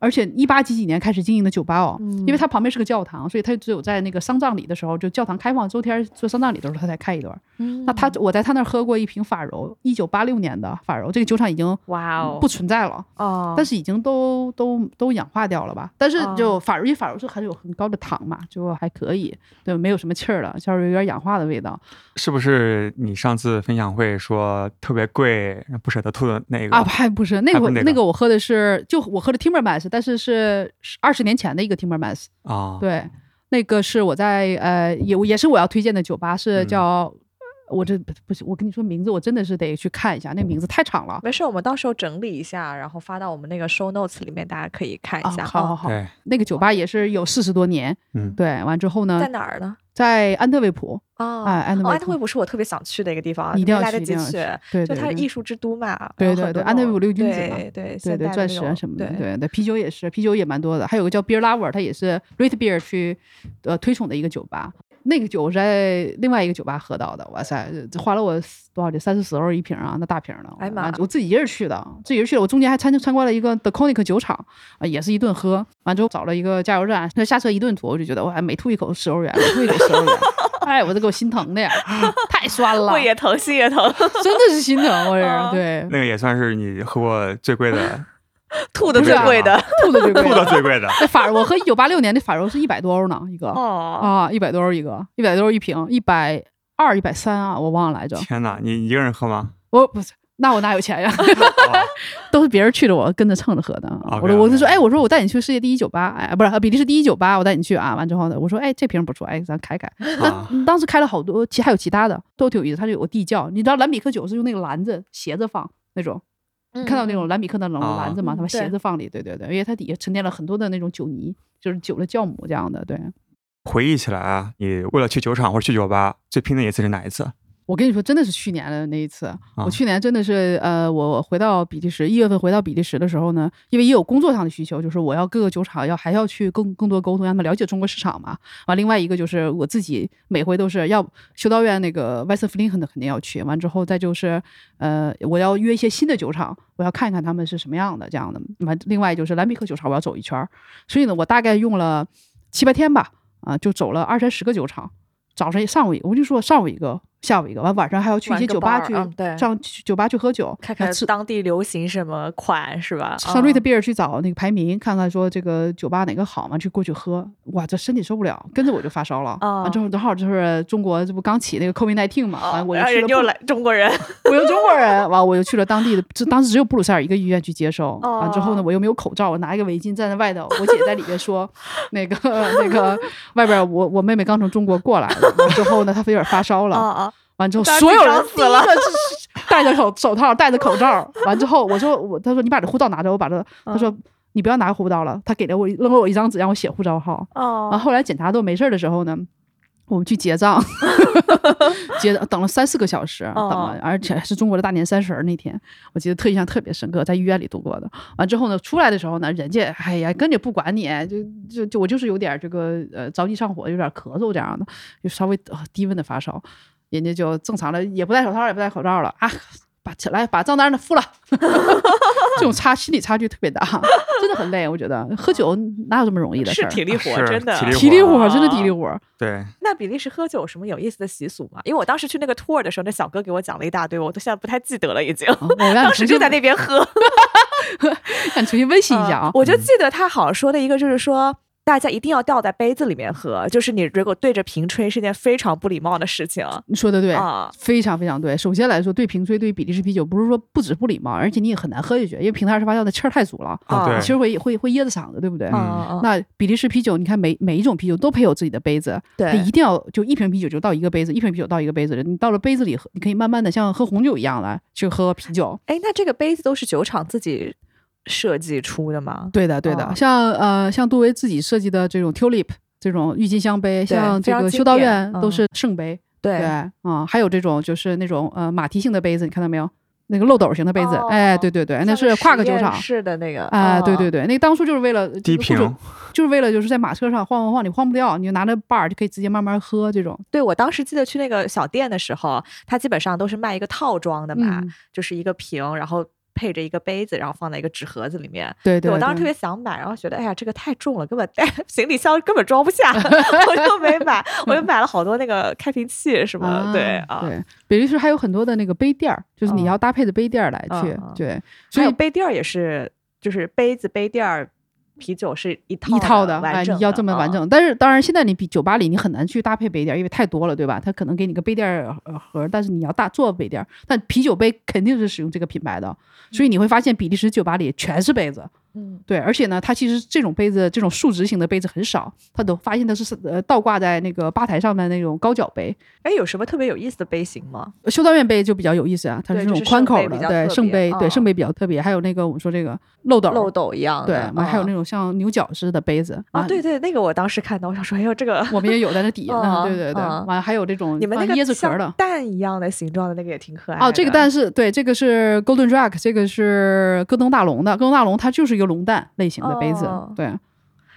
而且一八几几年开始经营的酒吧哦，嗯因为它旁边是个教堂，所以它只有在那个丧葬礼的时候，就教堂开放周天儿做丧葬礼的时候，它才开一段儿。嗯嗯那他我在他那儿喝过一瓶法柔，一九八六年的法柔，这个酒厂已经哇哦，嗯不存在了。哦，但是已经都都都氧化掉了吧？但是哦就法如意法如是含有很高的糖嘛，就还可以，对，没有什么气儿了，就是有点氧化的味道是不是你上次分享会说特别贵不舍得吐的那个啊，不还不是那还不个我是那个那个我喝的是就我喝的 Timbermans，但是是二十年前的一个 Timbermans，啊？对，那个是我在呃也也是我要推荐的酒吧，是嗯叫、我这不不是我跟你说名字，我真的是得去看一下，那名字太长了。没事，我们到时候整理一下，然后发到我们那个 show notes 里面，大家可以看啊一下。，好好哦，好，对，那个酒吧也是有四十多年，嗯对，完之后呢在，哪儿呢？在安特卫普，哦，哎安特哦卫安特普卫普是我特别想去的一个地方，你一定要没来去得一及定要去对就对它是对艺术之都嘛。对然后对很对多安特那种卫普六君子嘛对对对现代对，的钻那石啊种什么的，对对对，啤酒也是，啤酒也蛮多的。还有个叫 Beer Lover，它也是 Rate Beer 去呃推崇的一个酒吧。那个酒我是在另外一个酒吧喝到的，哇塞，这花了我多少钱？三四十欧一瓶啊，那大瓶的。哎呀妈完我自己一人去的，自己一人去的。我中间还参参观了一个 The Conic 酒厂，啊，也是一顿喝。完之后找了一个加油站，那下车一顿吐，我就觉得哇，每吐一口十欧元，每吐一口十欧元， 哎，我这给我心疼的呀，太酸了，胃也疼，心也疼，真的是心疼，我啊是对。那个也算是你喝过最贵 的，吐的不最是啊贵的。吐的最贵吐了的最 贵的。那法我喝一九八六年的法柔是一百多欧呢，一个哦，啊，一百多欧一个，一百多欧一瓶，一百二、一百三啊，我忘了来着。天哪，你一个人喝 吗？我不是，那我哪有钱呀？ 哦都是别人去了，我跟着蹭着喝的。 OK，我说我就说， OK 哎，我说我带你去世界第一酒吧，哎，不是比利时第一酒吧，我带你去啊。完之后呢，我说，哎，这瓶不错，哎，咱开开。啊，嗯当时开了好多，其还有其他的都挺有意思。它就有个地窖，你知道蓝比克酒是用那个篮子斜着放那种。你你看到那种蓝比克的那种啊篮子嘛，嗯它把对鞋子放里，对对对，因为它底下沉淀了很多的那种酒泥，就是酒的酵母这样的。对回忆起来啊，你为了去酒厂或者去酒吧，最拼的一次是哪一次？我跟你说，真的是去年的那一次，我去年真的是呃，我回到比利时一月份回到比利时的时候呢，因为也有工作上的需求，就是我要各个酒厂要还要去更更多沟通，让他们了解中国市场嘛。完，另外一个就是我自己每回都是要修道院那个 West f l i n 肯肯定要去，完之后再就是呃，我要约一些新的酒厂，我要看看他们是什么样的这样的。完，另外就是兰比克酒厂我要走一圈儿，所以呢，我大概用了七八天吧，啊、就走了二三十个酒厂，早上上午一个，我就说上午一个，下午一个，完晚上还要去一玩些个酒吧 bar，去，嗯对上去酒吧去喝酒，看然看后吃当地流行什么款是吧？上瑞特比尔去找那个排名，看看说这个酒吧哪个好嘛，就过去喝。哇，这身体受不了，跟着我就发烧了。哦完之后正好就是中国这不刚起那个 COVID nineteen 嘛，啊，完我然就后去人了又布来中国人，我又中国人，完我又去了当地的，这当时只有布鲁塞尔一个医院去接收。哦完之后呢，我又没有口罩，我拿一个围巾站在外头，我姐在里边说，那个 那个外边我我妹妹刚从中国过来了，完之后呢她有点发烧啊了，啊，完之后，大家所有人紧张死第一了个是 戴着口手套，戴着口罩。完之后，我说我，他说你把这护照拿着，我把这，他嗯说你不要拿护照了，他给了我扔了我一张纸，让我写护照号。然后哦，后来检查都没事儿的时候呢，我们去 结账，结等了三四个小时，哦等了，而且还是中国的大年三十儿那天，我记得特印象特别深刻，在医院里度过的。完之后呢，出来的时候呢，人家哎呀，根本不管你，就就就我就是有点儿这个呃着急上火，有点儿咳嗽这样的，就稍微、呃低温的发烧，人家就正常了，也不戴手套，也不戴口罩了啊。把起来，把账单儿付 了，这种差心理差距特别大，真的很累。我觉得喝酒哪有这么容易的事是儿？体力活，啊是真的体力体力活啊儿，真的体力活儿。对，那比利时喝酒有什么有意思的习俗吗？因为我当时去那个 tour 的时候，那小哥给我讲了一大堆，我都现在不太记得了，已经。啊我让你当时重就新在那边喝，让你重新温习一下啊嗯。我就记得他好像说的一个就是说。大家一定要倒在杯子里面喝，就是你如果对着瓶吹是件非常不礼貌的事情啊。你说的对，非常非常对。首先来说，对瓶吹对比利时啤酒，不是说不止不礼貌，而且你也很难喝下去，因为瓶子二十八度的气儿太足了，啊啊对其，实会会会噎着嗓子，对不对？嗯啊那比利时啤酒，你看每每一种啤酒都配有自己的杯子，它对一定要就一瓶啤酒就倒一个杯子，一瓶啤酒倒一个杯子。你到了杯子里喝，你可以慢慢的像喝红酒一样来去喝啤酒。哎，那这个杯子都是酒厂自己设计出的吗？对的，对的，哦像呃像杜威自己设计的这种 tulip 这种郁金香杯，对像非这常个经修道典院嗯都是圣杯。对嗯对，啊、还有这种就是那种呃马蹄形的杯子，你看到没有？那个漏斗型的杯子，哎，哦对对对，那像是跨个实球验场。室的那个哎，对哦对对，那个当初就是为了低就是频不准，就是为了就是在马车上晃晃晃，你晃不掉，你就拿着把儿就可以直接慢慢喝这种。对，我当时记得去那个小店的时候，它基本上都是卖一个套装的嘛，嗯就是一个瓶，然后配着一个杯子，然后放在一个纸盒子里面。对对，我当时特对别想买，然后觉得哎呀，这个太重了，根本带哎行李箱根本装不下， 我就没买，我就买了好多那个开瓶器什么的。对啊啊，对，比利时还有很多的那个杯垫儿，就是嗯你要搭配的杯垫儿来嗯去嗯对，还所以有杯垫儿也是，就是杯子、杯垫儿、啤酒是一套一套的，完哎，整你要这么完啊整。但是当然，现在你比酒吧里你很难去搭配杯垫儿，因为太多了，对吧？它可能给你个杯垫儿呃盒儿，但是你要大做杯垫儿。但啤酒杯肯定是使用这个品牌的，所以你会发现比利时酒吧里全是杯子。嗯，对，而且呢，它其实这种杯子，这种竖直型的杯子很少，它都发现它是呃倒挂在那个吧台上面那种高脚杯，哎，有什么特别有意思的杯型吗？修道院杯就比较有意思啊，它对是这就种是宽圣口杯的比，较对，特圣别杯，对，嗯圣杯比较特别，还有那个我们说这个漏斗儿，漏斗一样对，的，完还有嗯那种像牛角似的杯子啊，对。对，那个我当时看到，我想说，哎呦，这个 完我们也有在那底下呢，嗯对对对，嗯完还有这种你们那嗯放椰个子壳像哎儿的。蛋一样的形状的那个也挺可爱的。哦，这个蛋是对，这个是 Golden Drag，这个是戈登大龙的。戈登大龙它就是一个龙蛋类型的杯子，哦对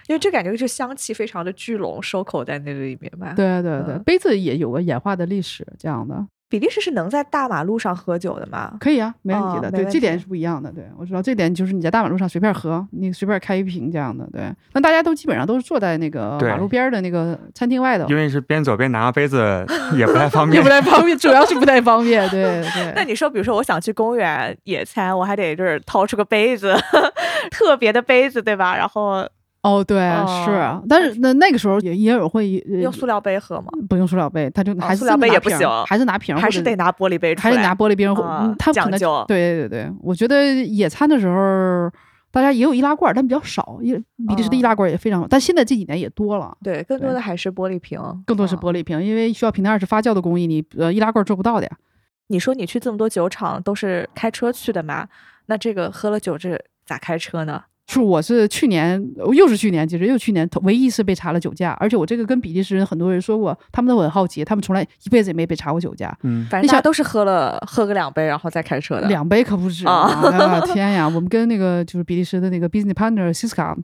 因为这感觉就是香气非常的聚拢，收口在那里面吧。，对对对，嗯杯子也有个演化的历史，这样的。比利时是能在大马路上喝酒的吗？可以啊，没问哦题的。没对，问这点题是不一样的。对我知道这点就是你在大马路上随便喝，你随便开一瓶这样的。对，那大家都基本上都是坐在那个对马路边儿的那个餐厅外头，因为是边走边拿个杯 子也不太方也便不。太方便，主要是不太方 便。对对。那你说，比如说我想去公园野餐，我还得就是掏出个杯子， 特别的杯子，对吧？然后哦，对，哦是啊，但是那那个时候也也有会呃用塑料杯喝吗？不用塑料杯，他就哦还是塑料真的杯拿也不瓶儿行还是拿瓶儿或者，还是得拿玻璃杯出还来？得拿玻璃瓶儿或，啊嗯他可讲能究对对对，我觉得野餐的时候。大家也有易拉罐儿，但比较少。因为比利时的嗯易拉罐儿也非常少，但现在这几年也多了。对，更多对的还是玻璃瓶，更多是啊玻璃瓶，因为需要瓶的二次发酵的工艺，你呃易拉罐做不到的呀。你说你去这么多酒厂都是开车去的嘛？那这个喝了酒这咋开车呢？是我是去年，呃又是去年，其实又去年头唯一一次被查了酒驾，而且我这个跟比利时人很多人说过，他们都很好奇，他们从来一辈子也没被查过酒驾，嗯，反你正大家想都是喝了喝个两杯然后再开车的。两杯可不止啊！哎呀天呀，我们跟那个就是比利时的那个 business partner Siska。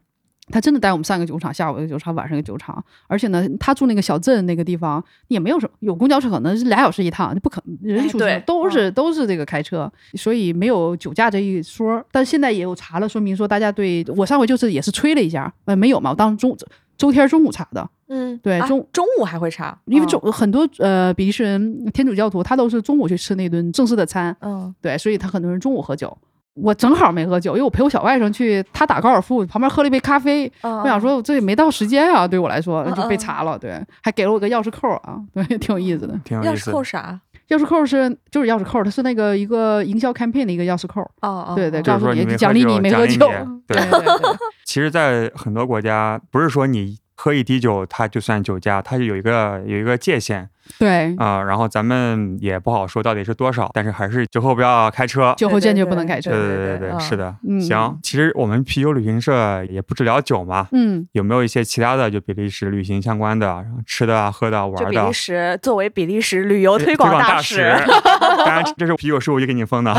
他真的带我们上一个酒厂，下午一个酒厂，晚上一个酒厂，而且呢，他住那个小镇那个地方也没有什么，有公交车可能是俩小时一趟，不可人一哎出去、对都是、都是这个开车，所以没有酒驾这一说。但现在也有查了，说明说大家对我上回就是也是吹了一下，呃，没有嘛，我当时中周天中午查的，嗯，对啊中中午还会查，因为嗯中、很多呃比利时人天主教徒他都是中午去吃那顿正式的餐，嗯对，所以他很多人中午喝酒。我正好没喝酒，因为我陪我小外甥去，他打高尔夫，旁边喝了一杯咖啡。嗯，我哦想说，这也没到时间啊，对我来说嗯就被查了，对，还给了我个钥匙扣啊， 对，挺有意思的。挺有钥意匙思扣。啥？钥匙扣是就是钥匙扣，它是那个一个营销 campaign 的一个钥匙扣，哦哦，对对哦就是告诉说你没奖励酒你没奖喝励你酒对， 对对其实，在很多国家，不是说你喝一滴酒它就算酒驾，它有一个有一个界限对，嗯啊、然后咱们也不好说到底是多少，但是还是酒后不要开车。酒后坚决不能开对车。对对对对对嗯是的。嗯行，其实我们啤酒旅行社也不止聊酒嘛，嗯，有没有一些其他的就比利时旅行相关的，然后吃的啊、喝的啊、玩就儿比的利？时作为比利时旅游推广大哦使， 当然这是啤酒是我就给你封的，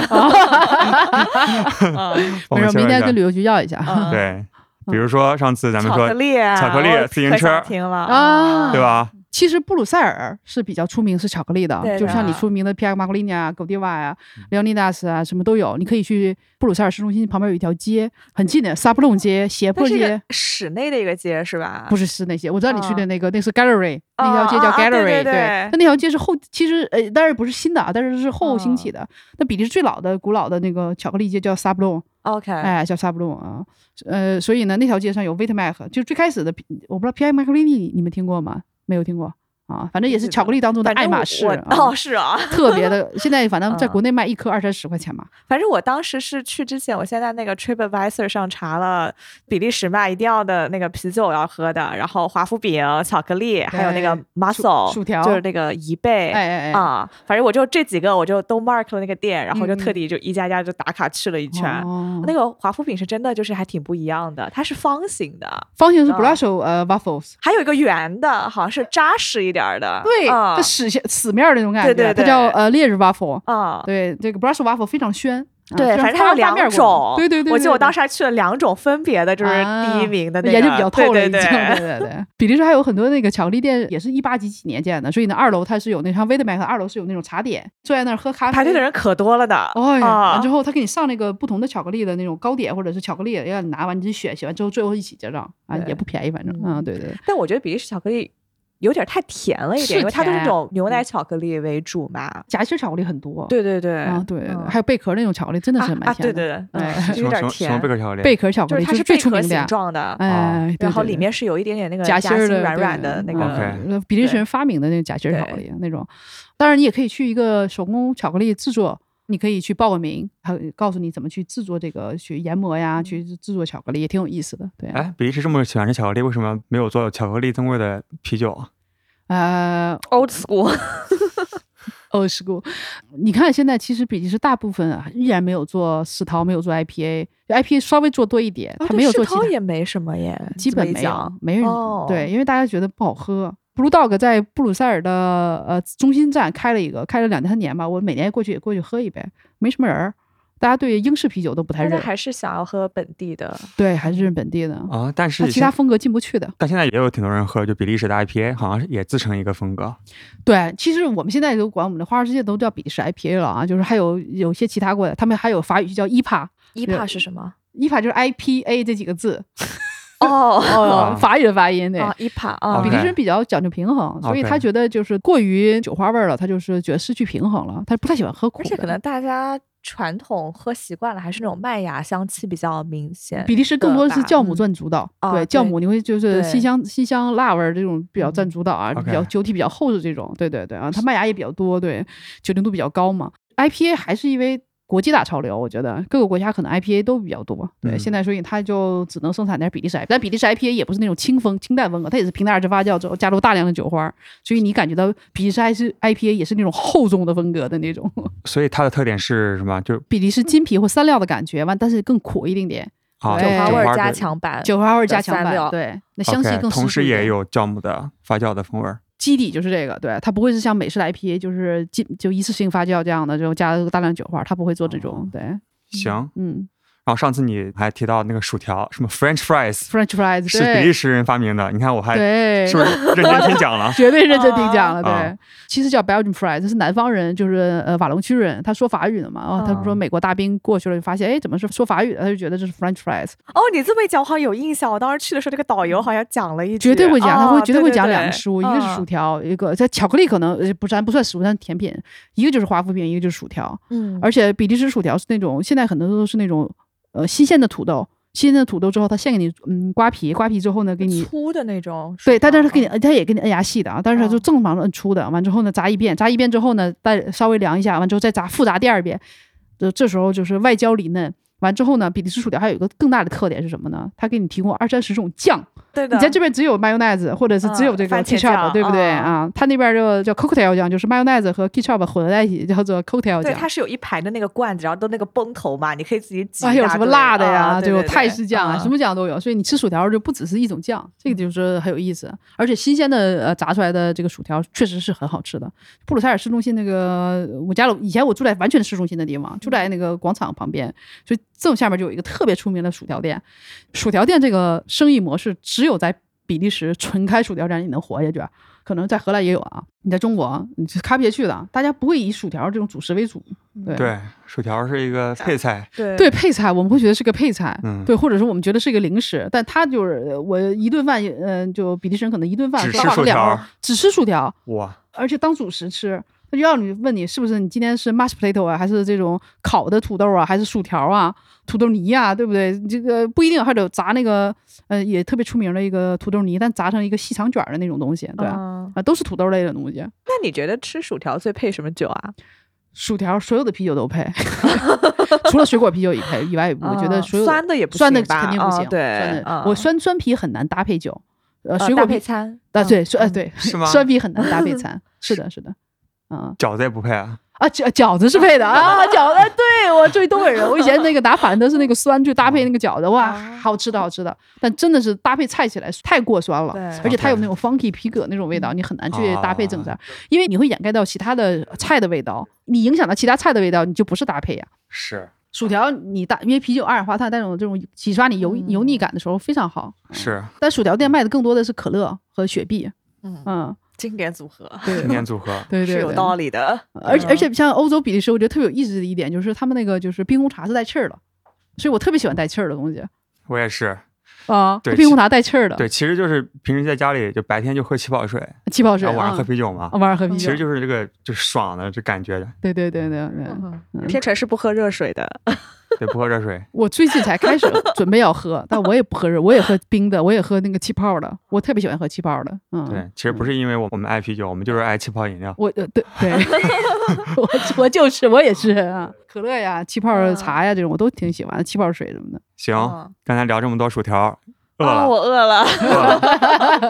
嗯我没们休事，息明天一下啊跟旅游局要一下。嗯对，比如说上次咱们巧说克力啊，巧克力我自行可想车听了啊对？吧？嗯其实布鲁塞尔是比较出名是巧克力的，对的就是像你出名的皮亚马格利尼啊、狗迪瓦呀、Leonidas 啊，什么都有。你可以去布鲁塞尔市中心旁边有一条街，很近的沙布隆街、斜它坡是一街个，室内的一个街是吧？不是，是是那些。我知道你嗯去的那个，那是 Gallery，啊那条街叫啊啊对 Gallery，对对对，它那条街是后，其实呃，当然不是新的啊，但是是后兴嗯起的。那比利时最老的古老的那个巧克力街叫沙布隆， OK，哎，叫沙布隆啊，呃，所以呢，那条街上有 Vitmac，就最开始的，我不知道 P I m a c l i n i 你们听过吗？没有听过啊，反正也是巧克力当中的反正爱我马仕我啊，哦，是啊，特别的。现在反正在嗯国内卖一颗二三十块钱嘛，反正我当时是去之前，我先在那个 TripAdvisor 上查了比利时嘛，一定要的那个啤酒要喝的，然后华夫饼、巧克力，还有那个对薯 muscle 薯条就是那个贻贝。哎哎哎，啊，反正我就这几个，我就都 mark 了那个店，然后就嗯嗯特地就一家家就打卡去了一圈。哦那个华夫饼是真的，就是还挺不一样的，它是方形的，方形是啊 Brussels 呃 waffles，还有一个圆的，好像是扎实一点儿的，对，啊它死下死面儿的那种感觉，对对它叫对呃烈日 waffle。啊，对，这个 Brussels waffle 非常宣，啊对，非常反正它有发发两面儿过种来，对对对，我记得我当时时还去了两种分别的，就是啊第一名的那个，研究比较透了，对已对经，对 对 对对。比利时还有很多那个巧克力店，也是一八几几年建的，所以呢，二楼它是有那像 w e d m a c 二楼是有那种茶点，坐在那儿喝咖啡，排队的人可多了呢。哦呀，啊完之后他给你上那个不同的巧克力的那种糕点或者是巧克力，让你拿完你自己选，选完之后最后一起结账啊，对也不便宜，反正嗯嗯，对对，但我觉得比利时巧克力有点太甜了一是点，因为它都是甜嗯那种牛奶巧克力为主嘛。夹心巧克力很多，对对对，啊，对对，嗯还有贝壳那种巧克力真的啊是啊蛮对甜的，对对，哎 嗯，就什么什有点么什么贝，甜壳巧克力？贝壳巧克就是力它是贝最出壳名的形呀，状的，哎，对然后对里对面是有一点点那个夹呃心心儿的软对软的那个， OK 嗯比利时对人发明的那个夹心儿巧克对力那种。当然，你也可以去一个手工巧克力制作，你可以去报个名，还有告诉你怎么去制作这个，去研磨呀，去制作巧克力也挺有意思的。对，啊哎，比利时这么喜欢吃巧克力，为什么没有做巧克力增贵的啤酒啊？呃， old school，哦，是过。你看现在其实比利时大部分啊，依然没有做世涛，没有做 IPA，IPA 稍微做多一点，他没有做其哦涛他，也没什么耶，基这么本一没有讲，没人、哦对，因为大家觉得不好喝。Blue Dog 在布鲁塞尔的呃中心站开了一个，开了两三年吧。我每年过去也过去喝一杯，没什么人儿。大家对英式啤酒都不太大家认，还是想要喝本地的，对，还是认本地的。啊，但它是其他现风格进不去的。但现在也有挺多人喝，就比利时的 IPA 好像是也自成一个风格。对，其实我们现在都管我们的花花世界都叫比利时 IPA 了啊，就是还有有些其他国家，他们还有法语叫 IPA，IPA 伊，E 帕是什么？就是 IPA 这几个字，哦哦，法语的发音对。哦，伊帕啊，比利时 OK 哦人比较讲究平衡，所以 OK 他觉得就是过于酒花味儿了，他就是觉得失去平衡了，他不太喜欢喝苦而的。且可能大家传统喝习惯了，还是那种麦芽香气比较明显。比利时更多的是吧酵母占主导，呃嗯啊对对酵母你会就对是嗯辛香辛香辣味儿这种比较占主导啊， OK 比较酒体比较厚的这种，对对对啊，它麦芽也比较多，对，酒精度比较高嘛。IPA 还是因为国际大潮流，我觉得各个国家可能 IPA 都比较多，对，嗯现在所以它就只能生产点比利时 IPA，但比利时 IPA 也不是那种清风清淡风格，它也是平台二次发酵之后加入大量的酒花，所以你感觉到比利时 I 是 IPA 也是那种厚重的风格的那种， 所以它的特点是什么？就是比利时金啤或三料的感觉，完，但是更苦一定点。啊，对酒花味儿的加强版，酒哎花味儿加强三版，料对，那 OK，香气更十同足时一也点有酵母的发酵的风味儿。基底就是这个，对，它不会是像美式的 IPA 就是进就一次性发酵这样的，就加大量酒花，它不会做这种，哦对，行，然嗯后上次你还提到那个薯条，什么 French fries ，French fries 是比利对时人发明的，你看我还对，？是不是认真听讲了 绝对认真听讲了，啊对，其实叫 Belgian fries，这是南方人，就是呃瓦隆区人，他说法语的嘛，然后他啊不哦说美国大兵过去了，就发现哎怎么是说法语的，他就觉得这是 French fries，哦，你这么一讲，我好像有印象。我当时去的时候，这个导游好像讲了一句，嗯绝对会讲，他哦会绝对会讲对嗯两个食物，一个是薯，条，一个在巧克力可能呃不是不算食物，但是甜品，一个就是华夫饼，一个就是薯条，对对嗯，而且比利时薯条是那种现在很多都是那种呃新鲜的土豆，新鲜的土豆之后，它先给你嗯刮皮，刮皮之后呢，给你粗的那种薯条，对，但是它给你呃嗯它也给你摁压细的啊，但是它就哦正常的摁粗的，完之后呢炸一遍，炸一遍之后呢再稍微凉一下，完之后再炸复炸第二遍，这这时候就是外焦里嫩。完之后呢，比利时薯条还有一个更大的特点是什么呢？它给你提供二三十种酱，对的，你在这边只有 mayonnaise 或者是只有这个嗯番茄 ketchup，酱对不对嗯啊？它那边就叫 cocktail 酱，就是 mayonnaise 和 ketchup 混合在一起，叫做 cocktail 对，酱。它是有一排的那个罐子，然后都那个崩头嘛，你可以自己挤一大啊，堆。有什么辣的呀？啊就有泰式酱啊，对什？对对么酱都有。所以你吃薯条就不只是一种酱，这个就是很有意思。而且新鲜的呃炸出来的这个薯条确实是很好吃的。布鲁塞尔市中心那个呃我家楼，以前我住在完全市中心的地方，住在那个广场旁边，所以正下面就有一个特别出名的薯条店。薯条店这个生意模式只有在比利时纯开薯条店你能活下去。啊可能在荷兰也有啊，你在中国你是开不下去的，大家不会以薯条这种主食为主，对对，薯条是一个配菜，嗯对对配菜，我们会觉得是个配菜，嗯对，或者是我们觉得是一个零食，但它就是呃我一顿饭，嗯、就比利时人可能一顿饭只吃刚好薯两条包，只吃薯条，哇，而且当主食吃。他就让你问你是不是你今天是 mashed potato 啊，还是这种烤的土豆啊，还是薯条啊，土豆泥呀、对不对？你这个不一定，还得炸那个呃也特别出名的一个土豆泥，但炸成一个细长卷儿的那种东西，对吧？嗯啊，都是土豆类的东西。那你觉得吃薯条最配什么酒啊？薯条所有的啤酒都配， 除了水果啤酒以配以外，我觉得啊所有酸的也不酸的行吧肯定不啊行，对酸的啊我酸酸啤很难搭配酒，呃，水呃果搭配啤餐啊，嗯对，酸呃嗯对，是吗酸啤很难搭 配餐，是的，是的，嗯饺子也不配啊。 啊，饺饺子是配的啊，饺子，对对我注意东北人，我以前那个拿法兰德是那个酸去搭配那个饺子，哇，啊好吃的好吃的，但真的是搭配菜起来太过酸了对，嗯而且它有 OK 那种 funky 皮革那种味道，你很难去搭配正餐，啊因为你会掩盖到其他的菜的味道，你影响到其他菜的味道，你就不是搭配呀、是薯条你搭，因为啤酒二氧化碳带种这种洗刷你油、嗯油腻感的时候非常好，是但薯条店卖的更多的是可乐和雪碧，嗯，嗯，经典组合 对经典组合对对是有对道理的，而且嗯而且像欧洲比利时，我觉得特别有意思的一点就是他们那个就是冰红茶是带气儿的，所以我特别喜欢带气儿的东西我也是。啊，对冰红其茶带气儿的，对，其实就是平时在家里就白天就喝气泡水，气泡水，然后晚上啊喝啤酒嘛啊，晚上喝啤酒，其实就是这个就爽的这感觉的，对对对对对。嗯天成是不喝热水的，对，不喝热水我最近才 开始准备要喝，但我也不喝热，我也喝冰的，我也喝那个气泡的，我特别喜欢喝气泡的，嗯，对，其实不是因为我我们爱啤酒，我们就是爱气泡饮料。我呃对 对，我我就是我也是啊，可乐呀、啊气泡茶呀这种我都挺喜欢，气泡水什么的。行哦嗯，刚才聊这么多薯条，饿啊，了， 我饿了，饿了，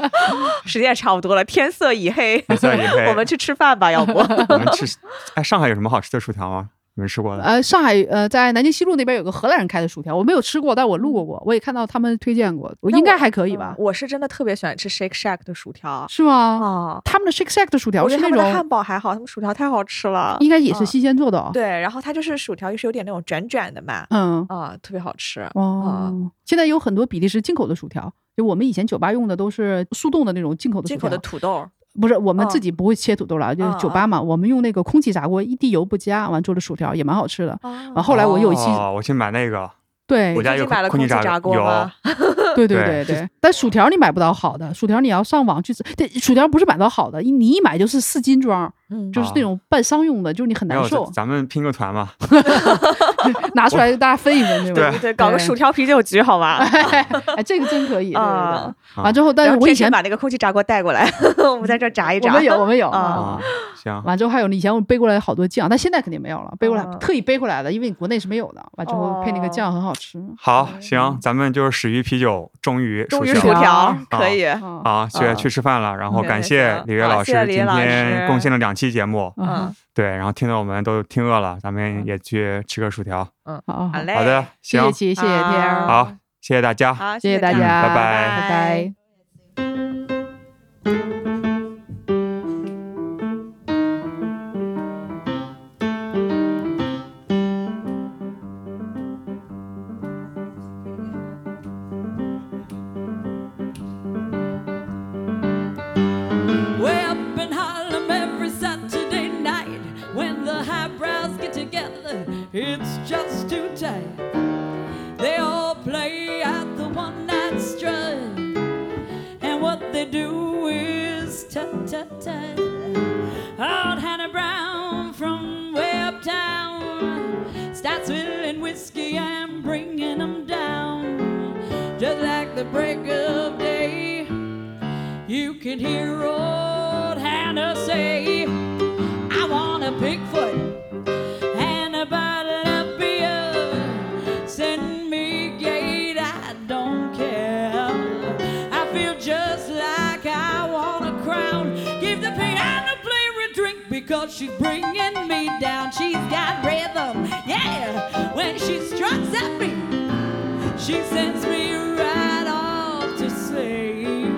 时间也差不多了，天色已黑，天色已黑我们去吃饭吧，要不？我们吃， 哎，上海有什么好吃的薯条吗？你们吃过的？呃，上海呃在南京西路那边有个荷兰人开的薯条，我没有吃过，但我路过过，我也看到他们推荐过，我嗯那 应该我还可以吧嗯？我是真的特别喜欢吃 Shake Shack 的薯条是吗？啊，他们的 Shake Shack 的薯条我觉哦是得他那们的汉种堡还好，他们薯条太好吃了，应该也是嗯新鲜做的哦。对，然后它就是薯条，就是有点那种卷卷的嘛，嗯，啊，特别好吃。嗯哦，现在有很多比利时进口的薯条，就我们以前酒吧用的都是速冻的那种进口的薯进口条的，土豆，不是我们自嗯己不会切土豆了，就是嗯酒吧嘛，我们用那个空气炸锅，一滴油不加，完做的薯条也蛮好吃的。然完后来我有一期哦，我去买那个，对我家啊最有近买了空气空气炸炸锅有吗对对对对对，但薯条你买不到好的，薯条你要上网去吃，这薯条不是买到好的，你一买就是四斤装，嗯，就是那种半商用的，就是你很没难有，受咱，咱们拼个团嘛，拿出来大家分一分，对吧？对，搞个薯条啤酒局好 吗？哎，这个真可以，对对啊对。完之后，但然是后我以天天前把那个空气炸锅带过来， 我们在这儿炸一我炸。们有我们有啊啊。 啊，行，完之后还有以前我背过来好多酱，但现在肯定没有了，背过来、嗯特意背回来的，因为你国内是没有的。完之后配那个哦酱很好吃。好，行，咱们就是始于啤酒，终于终于嗯薯薯条条啊可以，嗯好，去啊去吃饭了。然后对感对谢行李悦好老谢师谢李今悦老天师贡献了两期节目，嗯嗯，对，然后听得我们都听饿了，咱们也去吃个薯条。好好好，嘞，好的，，嗯谢行，谢琪，谢谢天儿，好好，谢谢大家，好，谢谢大大家，嗯拜拜拜拜。 Way up in Harlem every Saturday night when the highbrows get together, it's just too tight. They all play at the one night strut, and what they do is tut tut tut. Old Hannah Brown from way uptown starts spilling whiskey and bringing 'em down, just like the break of day. You can hear old Hannah say, I want a Bigfoot and a bottle of beer. Send me gate, I don't care. I feel just like I want a crown. Give the piano player a drink because she's bringing me down. She's got rhythm, yeah. When she struts at me, she sends me right off to sleep.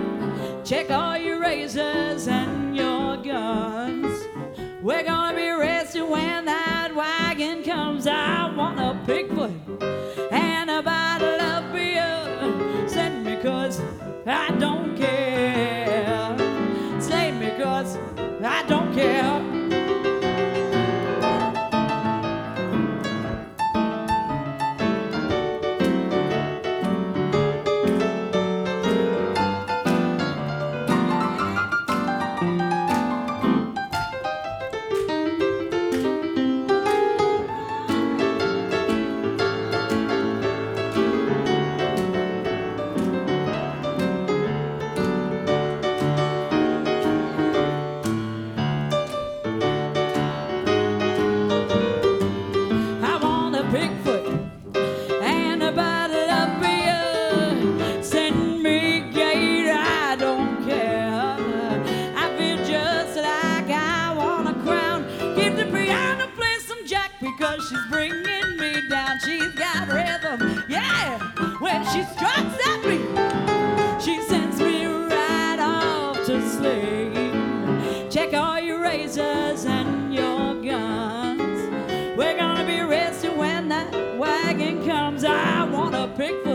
Check all your razors and your guns. We're gonna be resting when that wagon comes. I want a Bigfoot and a bottle of beer. Send me cause I don't care. Slay me cause I don't care. pick for